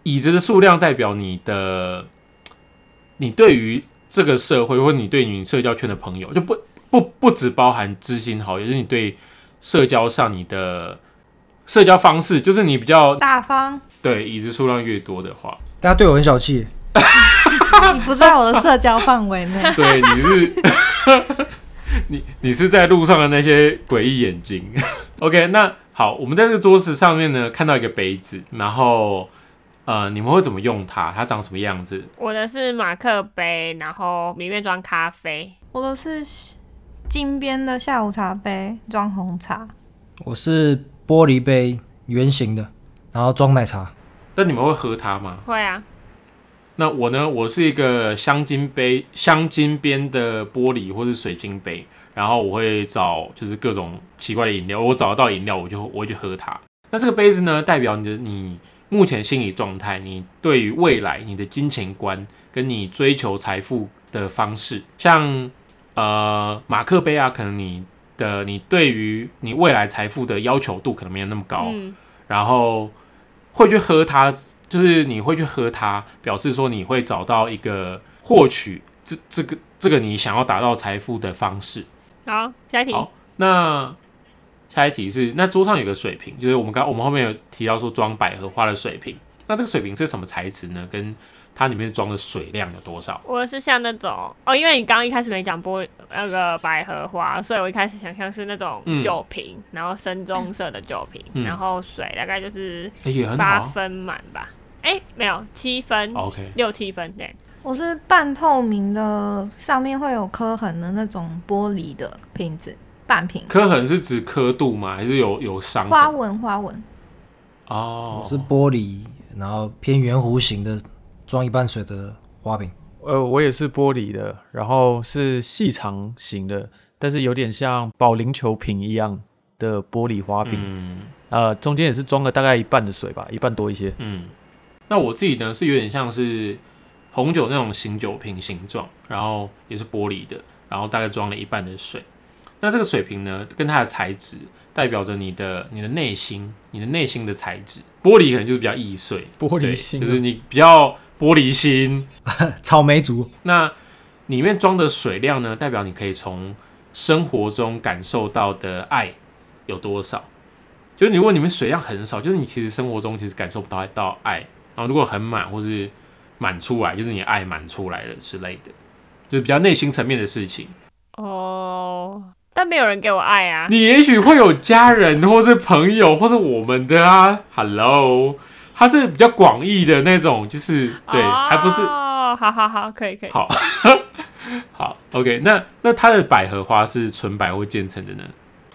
Speaker 5: 椅子的数量代表你的，你对于这个社会或你对你社交圈的朋友，就不不不只包含知心好友，就是你对社交上你的社交方式，就是你比较
Speaker 1: 大方，
Speaker 5: 对椅子数量越多的话，
Speaker 4: 大家对我很小气，
Speaker 1: 你不在我的社交范围内。
Speaker 5: 对你是 你你是在路上的那些诡异眼睛。OK，那好，我们在这个桌子上面呢看到一个杯子，然后呃，你们会怎么用它？它长什么样子？
Speaker 2: 我的是马克杯，然后里面装咖啡。
Speaker 1: 我的是金边的下午茶杯，装红茶。
Speaker 4: 我是玻璃杯圆形的，然后装奶茶。
Speaker 5: 但你们会喝它吗？
Speaker 2: 会啊，
Speaker 5: 那我呢？我是一个香精杯、香精边的玻璃或是水晶杯，然后我会找就是各种奇怪的饮料，我找得到饮料我就我会去喝它。那这个杯子呢，代表你的你目前心理状态，你对于未来你的金钱观跟你追求财富的方式，像呃马克杯啊，可能你的你对于你未来财富的要求度可能没有那么高，
Speaker 2: 嗯，
Speaker 5: 然后会去喝它，就是你会去喝它，表示说你会找到一个获取这这个这个你想要达到财富的方式。
Speaker 2: 好，下一题。
Speaker 5: 好那下一题是，那桌上有个水瓶，就是我们刚我们后面有提到说装百合花的水瓶，那这个水瓶是什么材质呢？跟它里面装的水量有多少？
Speaker 2: 我是像那种哦，因为你刚刚一开始没讲玻那个百合花，所以我一开始想象是那种
Speaker 5: 嗯
Speaker 2: 酒瓶，然后深棕色的酒瓶，
Speaker 5: 嗯
Speaker 2: 然后水大概就是
Speaker 5: 哎也很好
Speaker 2: 八
Speaker 5: 啊。哦
Speaker 2: 分满吧？哎、没有七分，
Speaker 5: OK，
Speaker 2: 六七分对。
Speaker 1: 我是半透明的，上面会有刻痕的那种玻璃的瓶子，半瓶。
Speaker 5: 刻痕是指刻度吗？还是有有伤
Speaker 1: 花
Speaker 5: 痕？
Speaker 1: 纹，花纹。
Speaker 5: 哦
Speaker 4: 我，是玻璃，然后偏圆弧形的，装一半水的花瓶。
Speaker 3: 呃，我也是玻璃的，然后是细长型的，但是有点像保龄球瓶一样的玻璃花瓶。
Speaker 5: 嗯。
Speaker 3: 呃，中间也是装了大概一半的水吧，一半多一些。
Speaker 5: 嗯，那我自己呢是有点像是红酒那种醒酒瓶形状，然后也是玻璃的，然后大概装了一半的水。那这个水瓶呢，跟它的材质代表着你的你的内心，你的内心的材质。玻璃可能就是比较易碎，
Speaker 3: 玻
Speaker 5: 对
Speaker 3: 璃心啊
Speaker 5: 就是你比较玻璃心。
Speaker 4: 草莓族，
Speaker 5: 那里面装的水量呢，代表你可以从生活中感受到的爱有多少。就是你如果你们水量很少，就是你其实生活中其实感受不到到爱。然后如果很满或是满出来，就是你的爱满出来了之类的，就是比较内心层面的事情。
Speaker 2: 哦，但没有人给我爱啊。
Speaker 5: 你也许会有家人，或是朋友，或是我们的啊。Hello，它是比较广义的那种，就是对，
Speaker 2: 哦
Speaker 5: 还不是
Speaker 2: 好好好，可以可以。
Speaker 5: 好好 OK 那。那它的百合花是纯白或渐层的呢？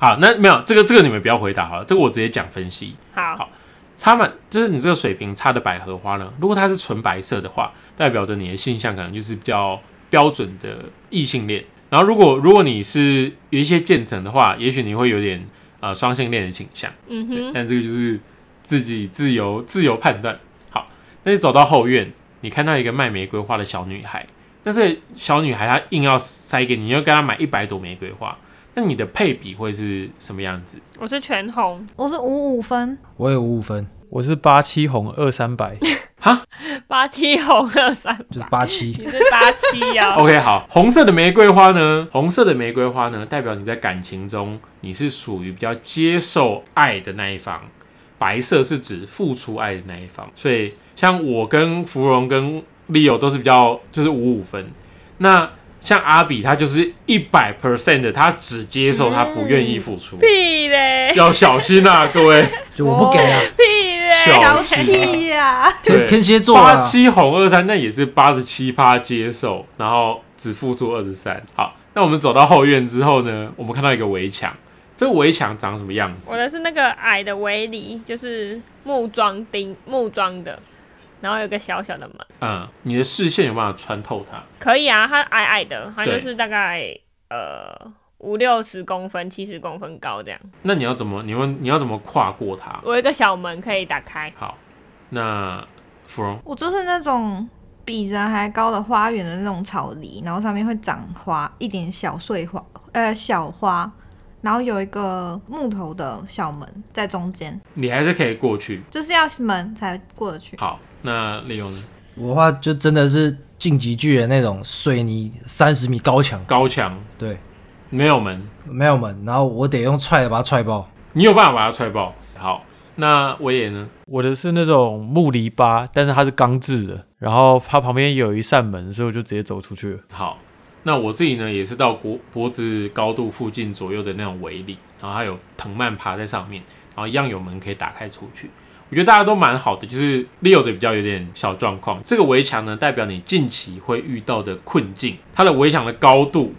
Speaker 5: 好，那没有这个这个你们不要回答好了，这个我直接讲分析。
Speaker 2: 好，
Speaker 5: 好插满就是你这个水平插的百合花呢，如果它是纯白色的话，代表着你的性向可能就是比较标准的异性恋。然后如果如果你是有一些渐层的话，也许你会有点呃双性恋的倾向。
Speaker 2: 嗯
Speaker 5: 对，
Speaker 2: 哼，
Speaker 5: 但这个就是自己自由自由判断。好，那你走到后院，你看到一个卖玫瑰花的小女孩，但是小女孩她硬要塞给你，你要跟她买一百朵玫瑰花，那你的配比会是什么样子？？
Speaker 2: 我是全红，
Speaker 1: 我是五五分，
Speaker 4: 我有五五分，
Speaker 3: 我是八七红二三百，
Speaker 2: 八七红二三
Speaker 4: 就是
Speaker 2: 八，
Speaker 4: 八七。
Speaker 2: 你是八七哦呀
Speaker 5: OK，好， 红色的玫瑰花呢？红色的玫瑰花呢，代表你在感情中你是属于比较接受爱的那一方，白色是指付出爱的那一方。所以像我跟芙蓉跟 Leo 都是比较就是五五分，那像阿比他就是一百 percent 的，他只接受，他不愿意付出，
Speaker 2: 屁嘞，
Speaker 5: 要小心啊，各位。
Speaker 4: 就我不给啊，
Speaker 2: 屁嘞，
Speaker 5: 小
Speaker 1: 小
Speaker 5: 气
Speaker 1: 气呀、
Speaker 5: 对
Speaker 4: 天天蝎座
Speaker 5: 八
Speaker 4: 啊，
Speaker 5: 七红二三，那也是八十七趴接受，然后只付出二十三。好，那我们走到后院之后呢，我们看到一个围墙，这个围墙长什么样
Speaker 2: 我
Speaker 5: 子？
Speaker 2: 的是那个矮的围篱，就是木桩钉木桩的，然后有个小小的门，
Speaker 5: 嗯，你的视线有办法穿透它？
Speaker 2: 可以啊，它矮矮的，它
Speaker 5: 对
Speaker 2: 就是大概呃五六十公分、七十公分高这样。
Speaker 5: 那你要怎么？你问你要怎么跨过它？
Speaker 2: 我有一个小门可以打开，
Speaker 5: 好，那芙蓉，
Speaker 1: 我就是那种比人还高的花园的那种草梨，然后上面会长花，一点小碎花，呃，小花，然后有一个木头的小门在中间，
Speaker 5: 你还是可以过去。
Speaker 1: 就是要门才过得去。
Speaker 5: 好，那利用
Speaker 4: 我的话就真的是晋级巨人那种水泥三十米高墙，
Speaker 5: 高墙
Speaker 4: 对，
Speaker 5: 没有门，
Speaker 4: 没有门，然后我得用踹的把它踹
Speaker 1: 哦
Speaker 4: 爆。
Speaker 5: 你有办法把它踹爆。好，那威也呢？
Speaker 3: 我的是那种木篱笆，但是它是钢制的，然后它旁边有一扇门，所以我就直接走出去了。
Speaker 5: 好，那我自己呢也是到脖脖子高度附近左右的那种围里，然后还有藤蔓爬在上面，然后一样有门可以打开出去。我觉得大家都蛮好的，就是 Leo 的比较有点小状况。这个围墙呢，代表你近期会遇到的困境。它的围墙的高度，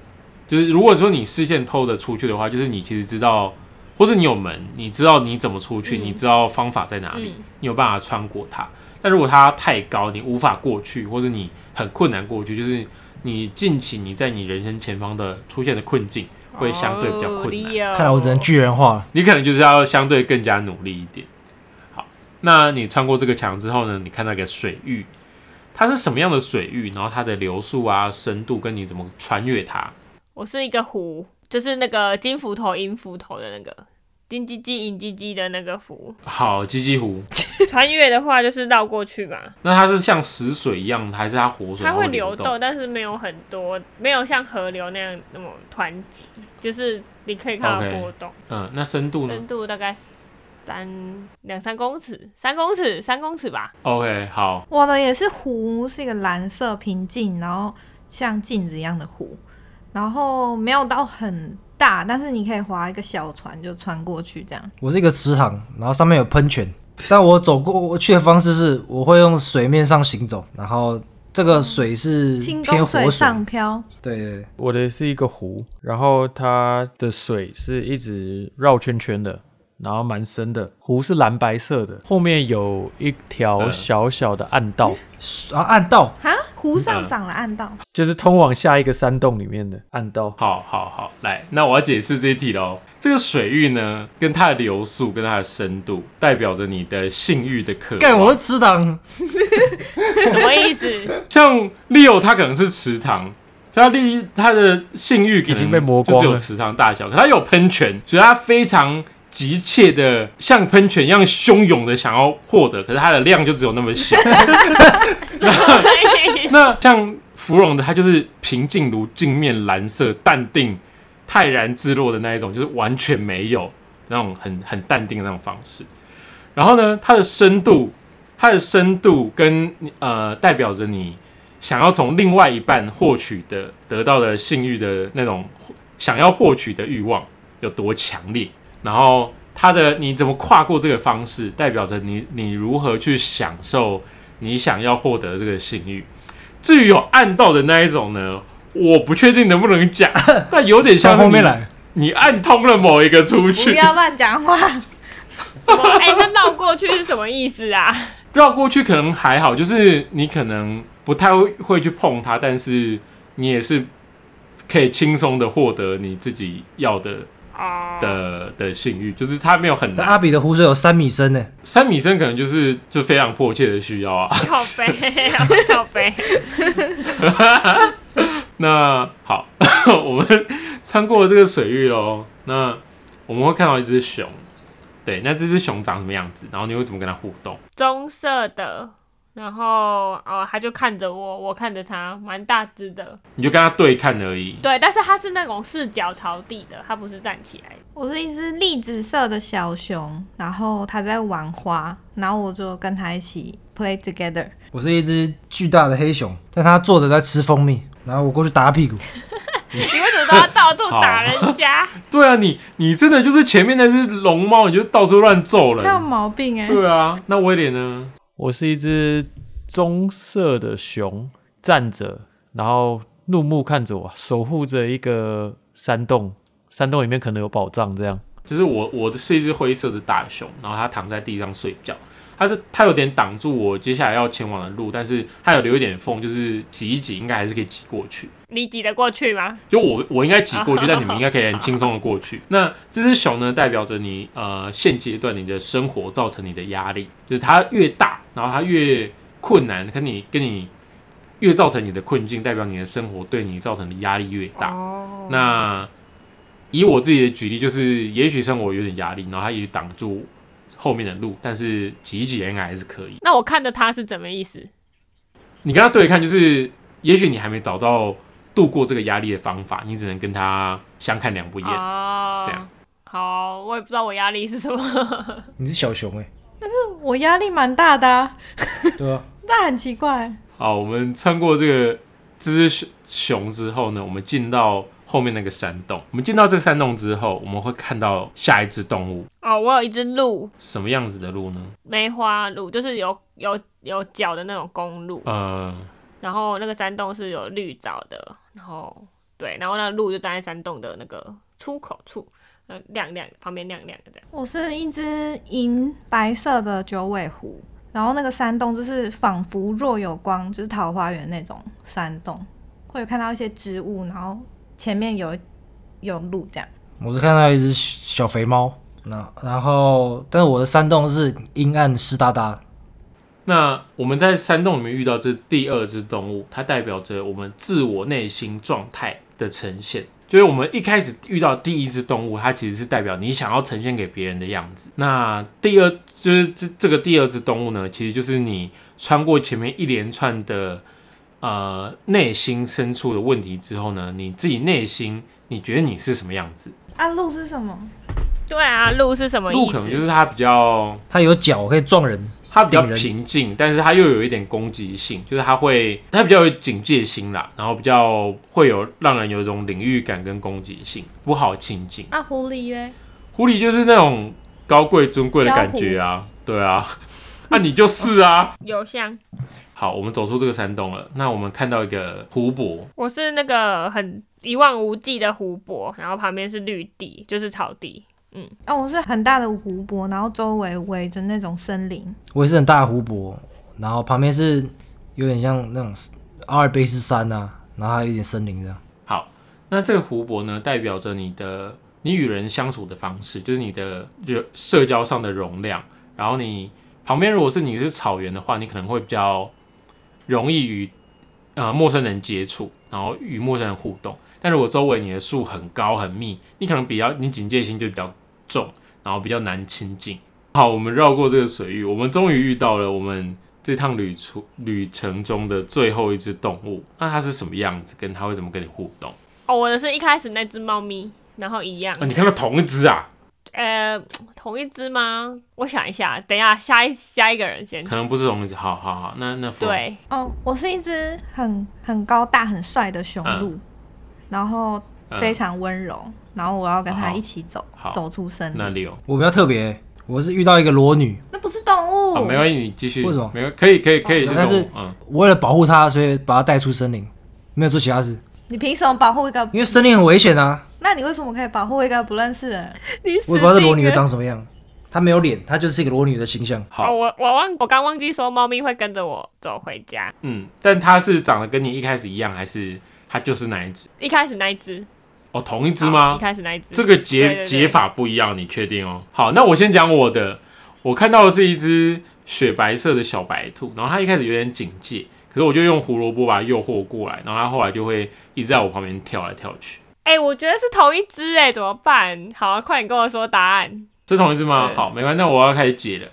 Speaker 5: 就是如果说你视线透的出去的话，就是你其实知道，或是你有门，你知道你怎么出去，
Speaker 2: 嗯
Speaker 5: 你知道方法在哪里。
Speaker 2: 嗯，
Speaker 5: 你有办法穿过它。但如果它太高，你无法过去，或者你很困难过去，就是你近期你在你人生前方的出现的困境，会相对比较困难。
Speaker 2: 难
Speaker 4: 看来我只能巨人化了。
Speaker 5: 你可能就是要相对更加努力一点。好，那你穿过这个墙之后呢，你看到一个水域，它是什么样的水域？然后它的流速啊、深度，跟你怎么穿越它？
Speaker 2: 我是一个湖，就是那个金斧头、银斧头的那个。金鸡鸡、银鸡鸡的那个湖，
Speaker 5: 好，鸡鸡湖，
Speaker 2: 穿越的话就是绕过去吧。
Speaker 5: 那它是像死水一样，还是它活水？
Speaker 2: 它会
Speaker 5: 流
Speaker 2: 流动，但是没有很多，没有像河流那样那么湍急，就是你可以看到
Speaker 5: OK
Speaker 2: 波动。
Speaker 5: 嗯，那深度呢
Speaker 2: 深度大概三两三公尺，三公尺，三公尺吧。
Speaker 5: ？OK，好，
Speaker 1: 我的也是湖，是一个蓝色平静，然后像镜子一样的湖，然后没有到很大，但是你可以划一个小船就穿过去，这样。
Speaker 4: 我是一个池塘，然后上面有喷泉，但我走过我去的方式是，我会用水面上行走，然后这个水是
Speaker 1: 轻
Speaker 4: 嗯偏
Speaker 1: 功
Speaker 4: 活
Speaker 1: 水
Speaker 4: 水，
Speaker 1: 上漂，
Speaker 4: 对对对，
Speaker 3: 我的是一个湖，然后它的水是一直绕圈圈的，然后蛮深的。湖是蓝白色的，后面有一条
Speaker 5: 嗯
Speaker 3: 小小的暗道，
Speaker 4: 水啊暗道
Speaker 1: 哈，湖上
Speaker 5: 嗯
Speaker 1: 长了暗道，
Speaker 3: 就是通往下一个山洞里面的暗道。
Speaker 5: 好好好，来，那我要解释这一题喽。这个水域呢，跟它的流速跟它的深度，代表着你的性欲的渴
Speaker 4: 干我
Speaker 5: 望。
Speaker 4: 是池塘，
Speaker 2: 什么意思？
Speaker 5: 像 Leo 他可能是池塘，所以他第一他的性欲可能
Speaker 3: 已经被磨光
Speaker 5: 就只有
Speaker 3: 了
Speaker 5: 池塘大小，可他有喷泉，所以他非常急切的像喷泉一样汹涌的想要获得，可是它的量就只有那么小。
Speaker 2: 什么意思？
Speaker 5: 那像芙蓉的，它就是平静如镜面蓝色，淡定、泰然自若的那一种，就是完全没有那种很很淡定的那种方式。然后呢，它的深度，它的深度跟呃代表着你想要从另外一半获取的得到的性欲的那种想要获取的欲望有多强烈，然后它的你怎么跨过这个方式，代表着你你如何去享受你想要获得这个性欲。至于有暗道的那一种呢，我不确定能不能讲， 但有点像
Speaker 4: 从
Speaker 5: 是
Speaker 4: 后面
Speaker 5: 你
Speaker 4: 来，
Speaker 5: 你暗通了某一个出
Speaker 1: 不
Speaker 5: 去，
Speaker 1: 要乱讲话。
Speaker 2: 什么？哎、那绕过去是什么意思啊？
Speaker 5: 绕过去可能还好，就是你可能不太会会去碰它，但是你也是可以轻松的获得你自己要的
Speaker 2: 哦，
Speaker 5: 的的性欲，就是它没有很
Speaker 4: 但
Speaker 5: 难。
Speaker 4: 阿比的湖水有三米深呢，
Speaker 5: 三米深可能就是就非常迫切的需要啊。
Speaker 2: 靠背，哦靠背，
Speaker 5: 那好， 我们穿过这个水域喽，那我们会看到一只熊，对，那这只熊长什么样子，然后你会怎么跟它互动？
Speaker 2: 棕色的，然后哦，他就看着我，我看着他，蛮大只的。
Speaker 5: 你就跟它对看而已。
Speaker 2: 对，但是他是那种四脚朝地的，他不是站起来的。
Speaker 1: 我是一只栗子色的小熊，然后它在玩花，然后我就跟它一起 play together。
Speaker 4: 我是一只巨大的黑熊，但它坐着在吃蜂蜜，然后我过去打它屁股，
Speaker 2: 你为什么都要到处打人家？
Speaker 5: 对啊，你你真的就是前面那只龙猫，你就到处乱揍人。
Speaker 1: 它有毛病哎、
Speaker 5: 嗯对啊，那威廉呢？
Speaker 3: 我是一只棕色的熊，站着，然后怒目看着我，守护着一个山洞，山洞里面可能有宝藏，这样。
Speaker 5: 就是我，我的是一只灰色的大熊，然后它躺在地上睡觉。它是它有点挡住我接下来要前往的路，但是它有留一点缝，就是挤一挤，应该还是可以挤过去。
Speaker 2: 你挤得过去吗？
Speaker 5: 就我我应该挤过去，但你们应该可以很轻松的过去。那这只熊呢，代表着你呃现阶段你的生活造成你的压力，就是它越大，然后它越困难，跟你跟你越造成你的困境，代表你的生活对你造成的压力越大。
Speaker 2: 哦，
Speaker 5: 那以我自己的举例，就是也许生活有点压力，然后他也许挡住后面的路，但是挤一挤应该还是可以。
Speaker 2: 那我看着他是怎么意思？
Speaker 5: 你跟他对看，就是也许你还没找到度过这个压力的方法，你只能跟他相看两不厌。
Speaker 2: 哦，
Speaker 5: 这样。
Speaker 2: 好，我也不知道我压力是什么。
Speaker 4: 你是小 熊哎，
Speaker 1: 我压力蛮大的、啊，
Speaker 4: 对吧？
Speaker 1: 但很奇怪，
Speaker 5: 好，我们穿过这个这只熊之后呢，我们进到后面那个山洞。我们进到这个山洞之后，我们会看到下一只动物，
Speaker 2: 哦，我有一只鹿，
Speaker 5: 什么样子的鹿呢？
Speaker 2: 梅花鹿，就是有有有角的那种公鹿。
Speaker 5: 呃，
Speaker 2: 然后那个山洞是有绿藻的，然后对，然后那个鹿就站在山洞的那个出口处，呃，亮亮旁边亮亮的这样。
Speaker 1: 我是一只银白色的九尾狐，然后那个山洞就是仿佛若有光，就是桃花源那种山洞，会有看到一些植物，然后前面有有路这样。
Speaker 4: 我是看到一只小肥猫，那然后，但是我的山洞是阴暗湿哒哒的，
Speaker 5: 那我们在山洞里面遇到这第二只动物，它代表着我们自我内心状态的呈现。就是我们一开始遇到第一只动物，它其实是代表你想要呈现给别人的样子。那第二就是这这个第二只动物呢，其实就是你穿过前面一连串的呃内心深处的问题之后呢，你自己内心你觉得你是什么样子？
Speaker 1: 啊，路是什么？
Speaker 2: 对啊，鹿是什么
Speaker 5: 鹿
Speaker 2: 意
Speaker 5: 可能
Speaker 2: 思？
Speaker 5: 就是它比较
Speaker 4: 它有脚可以撞人，
Speaker 5: 它比较
Speaker 4: 顶人
Speaker 5: 平静，但是它又有一点攻击性，就是它会，它比较有警戒心啦，然后比较会有让人有一种领域感跟攻击性，不好亲近。
Speaker 1: 啊，狐狸嘞？
Speaker 5: 狐狸就是那种高贵尊贵的感觉啊，对啊， 那、你就是啊。
Speaker 2: 有像
Speaker 5: 好，我们走出这个山洞了，那我们看到一个湖泊，
Speaker 2: 我是那个很一望无际的湖泊，然后旁边是绿地，就是草地。
Speaker 1: 啊，我是很大的湖泊，然后周围围着那种森林。
Speaker 4: 我也是很大的湖泊，然后旁边是有点像那种阿尔卑斯山啊，然后还有一点森林这样。
Speaker 5: 好，那这个湖泊呢，代表着你的你与人相处的方式，就是你的社社交上的容量。然后你旁边如果是你是草原的话，你可能会比较容易与呃陌生人接触，然后与陌生人互动。但如果周围你的树很高很密，你可能比较你警戒心就比较重，然后比较难亲近。好，我们绕过这个水域，我们终于遇到了我们这趟旅途旅程中的最后一只动物。那它是什么样子？跟它会怎么跟你互动？
Speaker 2: 哦，我的是一开始那只猫咪，然后一样
Speaker 4: 嗯
Speaker 5: 啊，，你看到同一只啊？
Speaker 2: 呃，同一只吗？我想一下，等一下下一下一个人先。
Speaker 5: 嗯可能不是同一只。好好好，那那风
Speaker 2: 对，
Speaker 1: 嗯哦，我是一只很很高大、很帅的雄鹿，然后
Speaker 5: 嗯
Speaker 1: 非常温柔，然后我要跟他
Speaker 5: 好
Speaker 1: 一起走
Speaker 5: 好，
Speaker 1: 走出森
Speaker 5: 那
Speaker 1: 林。
Speaker 5: 里有
Speaker 4: 我比较特别、我是遇到一个裸女，
Speaker 1: 那不是动
Speaker 2: 哦
Speaker 1: 物，
Speaker 5: 啊，没关系，你继续，
Speaker 4: 为什么
Speaker 5: 没关可以可以可以
Speaker 4: 哦
Speaker 5: 是
Speaker 4: 但
Speaker 5: 动
Speaker 4: 是
Speaker 5: 物，嗯，
Speaker 4: 我为了保护她，所以把她带出森林，没有做其他事，
Speaker 1: 你凭什么保护一个？
Speaker 4: 因为森林很危险啊。
Speaker 1: 那你为什么可以保护一个不认识的人？
Speaker 2: 你
Speaker 4: 我也不知道这裸女会长什么样，她没有脸，她就是一个裸女的形象。
Speaker 2: 哦，
Speaker 5: 好，
Speaker 2: 我我忘我刚忘记说，猫咪会跟着我走回家。
Speaker 5: 嗯，但它是长得跟你一开始一样，还是它就是那一只？
Speaker 2: 一开始那一只
Speaker 5: 哦，同一只
Speaker 2: 好
Speaker 5: 吗
Speaker 2: 一？开始那一只，
Speaker 5: 这个
Speaker 2: 对
Speaker 5: 解
Speaker 2: 对对
Speaker 5: 解法不一样，你确定哦？好，那我先讲我的，我看到的是一只雪白色的小白兔，然后它一开始有点警戒，可是我就用胡萝卜把它诱惑过来，然后它后来就会一直在我旁边跳来跳去。
Speaker 2: 哎、我觉得是同一只哎、怎么办？好、啊，快点跟我说答案。
Speaker 5: 是同一只吗？
Speaker 2: 对
Speaker 5: 好，没关系，那我要开始解了。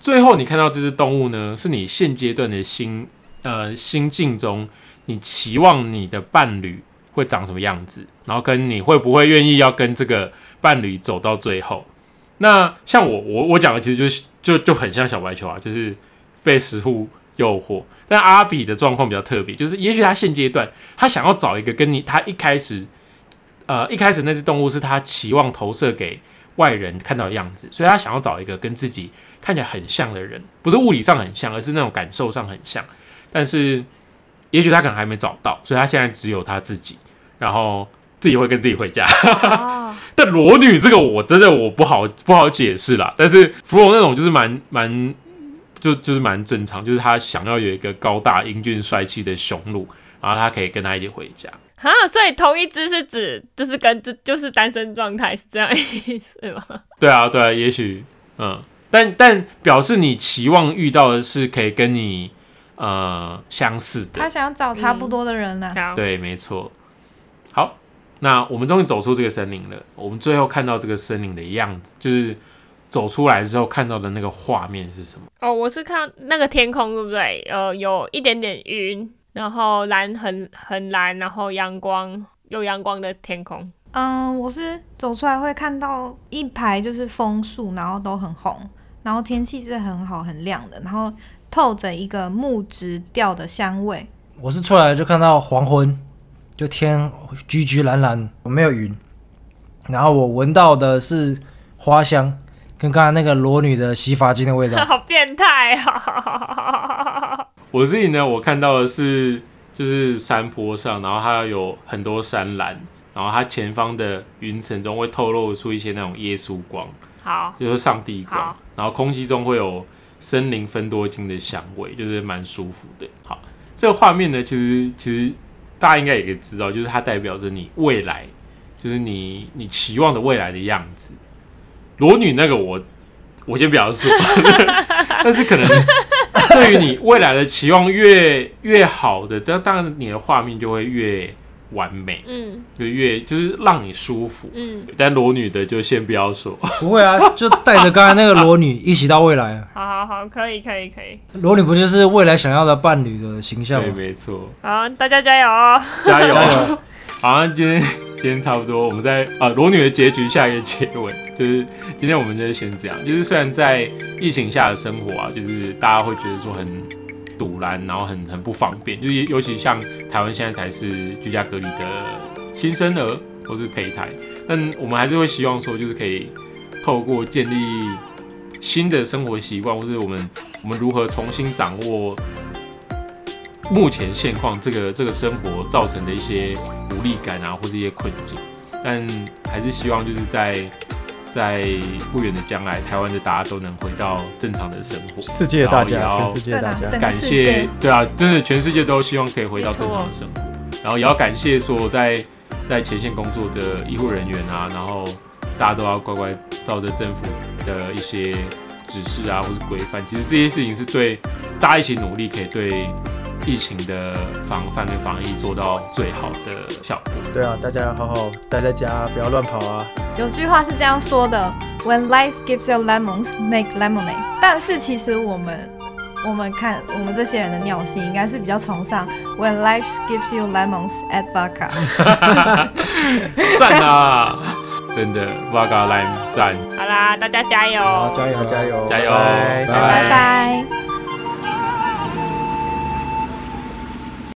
Speaker 5: 最后你看到这只动物呢，是你现阶段的心呃心境中，你期望你的伴侣会长什么样子，然后跟你会不会愿意要跟这个伴侣走到最后。那像我我我讲的其实就是就就很像小白球啊，就是被食物诱惑。但阿比的状况比较特别，就是也许他现阶段他想要找一个跟你他一开始呃一开始那只动物是他期望投射给外人看到的样子，所以他想要找一个跟自己看起来很像的人，不是物理上很像，而是那种感受上很像。但是也许他可能还没找到，所以他现在只有他自己，然后自己会跟自己回家。
Speaker 2: 哦，
Speaker 5: 但裸女这个我真的我不好不好解释啦。但是芙蓉那种就是蛮蛮就就是蛮正常，就是他想要有一个高大英俊帅气的雄鹿，然后他可以跟他一起回家。
Speaker 2: 哈，所以同一只是指就是跟这就是单身状态是这样的意思吗？
Speaker 5: 对啊，对啊，也许，嗯，但但表示你期望遇到的是可以跟你呃相似
Speaker 1: 他
Speaker 5: 的，
Speaker 1: 想找差不多的人啊呢、
Speaker 2: 好，
Speaker 5: 对，没错。好，那我们终于走出这个森林了。我们最后看到这个森林的样子，就是走出来之后看到的那个画面是什么？
Speaker 2: 哦，我是看那个天空，对不对？呃，有一点点云，然后蓝很很蓝，然后阳光有阳光的天空。
Speaker 1: 嗯，我是走出来会看到一排就是枫树，然后都很红，然后天气是很好很亮的，然后透着一个木质调的香味。
Speaker 4: 我是出来就看到黄昏，就天橘橘蓝蓝，没有云。然后我闻到的是花香，跟刚才那个裸女的洗发精的味道。
Speaker 2: 好变态啊、
Speaker 5: 我自己呢，我看到的是就是山坡上，然后它有很多山岚，然后它前方的云层中会透露出一些那种耶稣光。
Speaker 2: 好，
Speaker 5: 就是上帝光
Speaker 2: 好，
Speaker 5: 然后空气中会有森林芬多精的香味，就是蛮舒服的。好，这个画面呢，其实其实大家应该也可以知道，就是它代表着你未来，就是你你期望的未来的样子。裸女那个我我先不要说， 但是可能对于你未来的期望越越好的，但当然你的画面就会越完美，
Speaker 2: 嗯
Speaker 5: 就越就是让你舒服。
Speaker 2: 嗯，
Speaker 5: 但裸女的就先不要说，
Speaker 4: 不会啊，就带着刚才那个裸女一起到未来啊。
Speaker 2: 好好好，可以可以可以，
Speaker 4: 裸女不就是未来想要的伴侣的形象
Speaker 5: 对，
Speaker 4: 吗？
Speaker 5: 没错。
Speaker 2: 好，大家加油哦！
Speaker 5: 加油！
Speaker 4: 加油！
Speaker 5: 好，那今天今天差不多，我们在啊裸女的结局下一个结尾，就是今天我们就先这样。就是虽然在疫情下的生活啊，就是大家会觉得说很堵然，然后很很不方便，就是尤其像台湾现在才是居家隔离的新生儿或是胚胎，但我们还是会希望说，就是可以透过建立新的生活习惯，或是我们我们如何重新掌握目前现况这个这个生活造成的一些无力感啊，或是一些困境。但还是希望就是在在不远的将来，台湾的大家都能回到正常的生活。
Speaker 3: 世界大家，
Speaker 5: 然后也要
Speaker 3: 全世界大
Speaker 1: 对啦
Speaker 3: 家
Speaker 1: 整，
Speaker 5: 感
Speaker 1: 个世界
Speaker 5: 谢，对啊，真的全世界都希望可以回到正常的生活，然后也要感谢所有在在前线工作的医护人员啊，然后大家都要乖乖照着政府的一些指示啊，或是规范，其实这些事情是对大家一起努力，可以对疫情的防范跟防疫做到最好的效果。
Speaker 3: 对啊，大家好好待在家，不要乱跑啊。
Speaker 1: 有句话是这样说的：“When life gives you lemons, make lemonade。”但是其实我们，我们看我们这些人的尿性，应该是比较崇尚 “When life gives you lemons, add vodka”。
Speaker 5: 赞啊！ 真的 v a g a Lime 赞。
Speaker 2: 好啦，大家加油！
Speaker 4: 好，加油
Speaker 3: 加！油，
Speaker 5: 加油
Speaker 3: 拜拜
Speaker 1: 拜拜。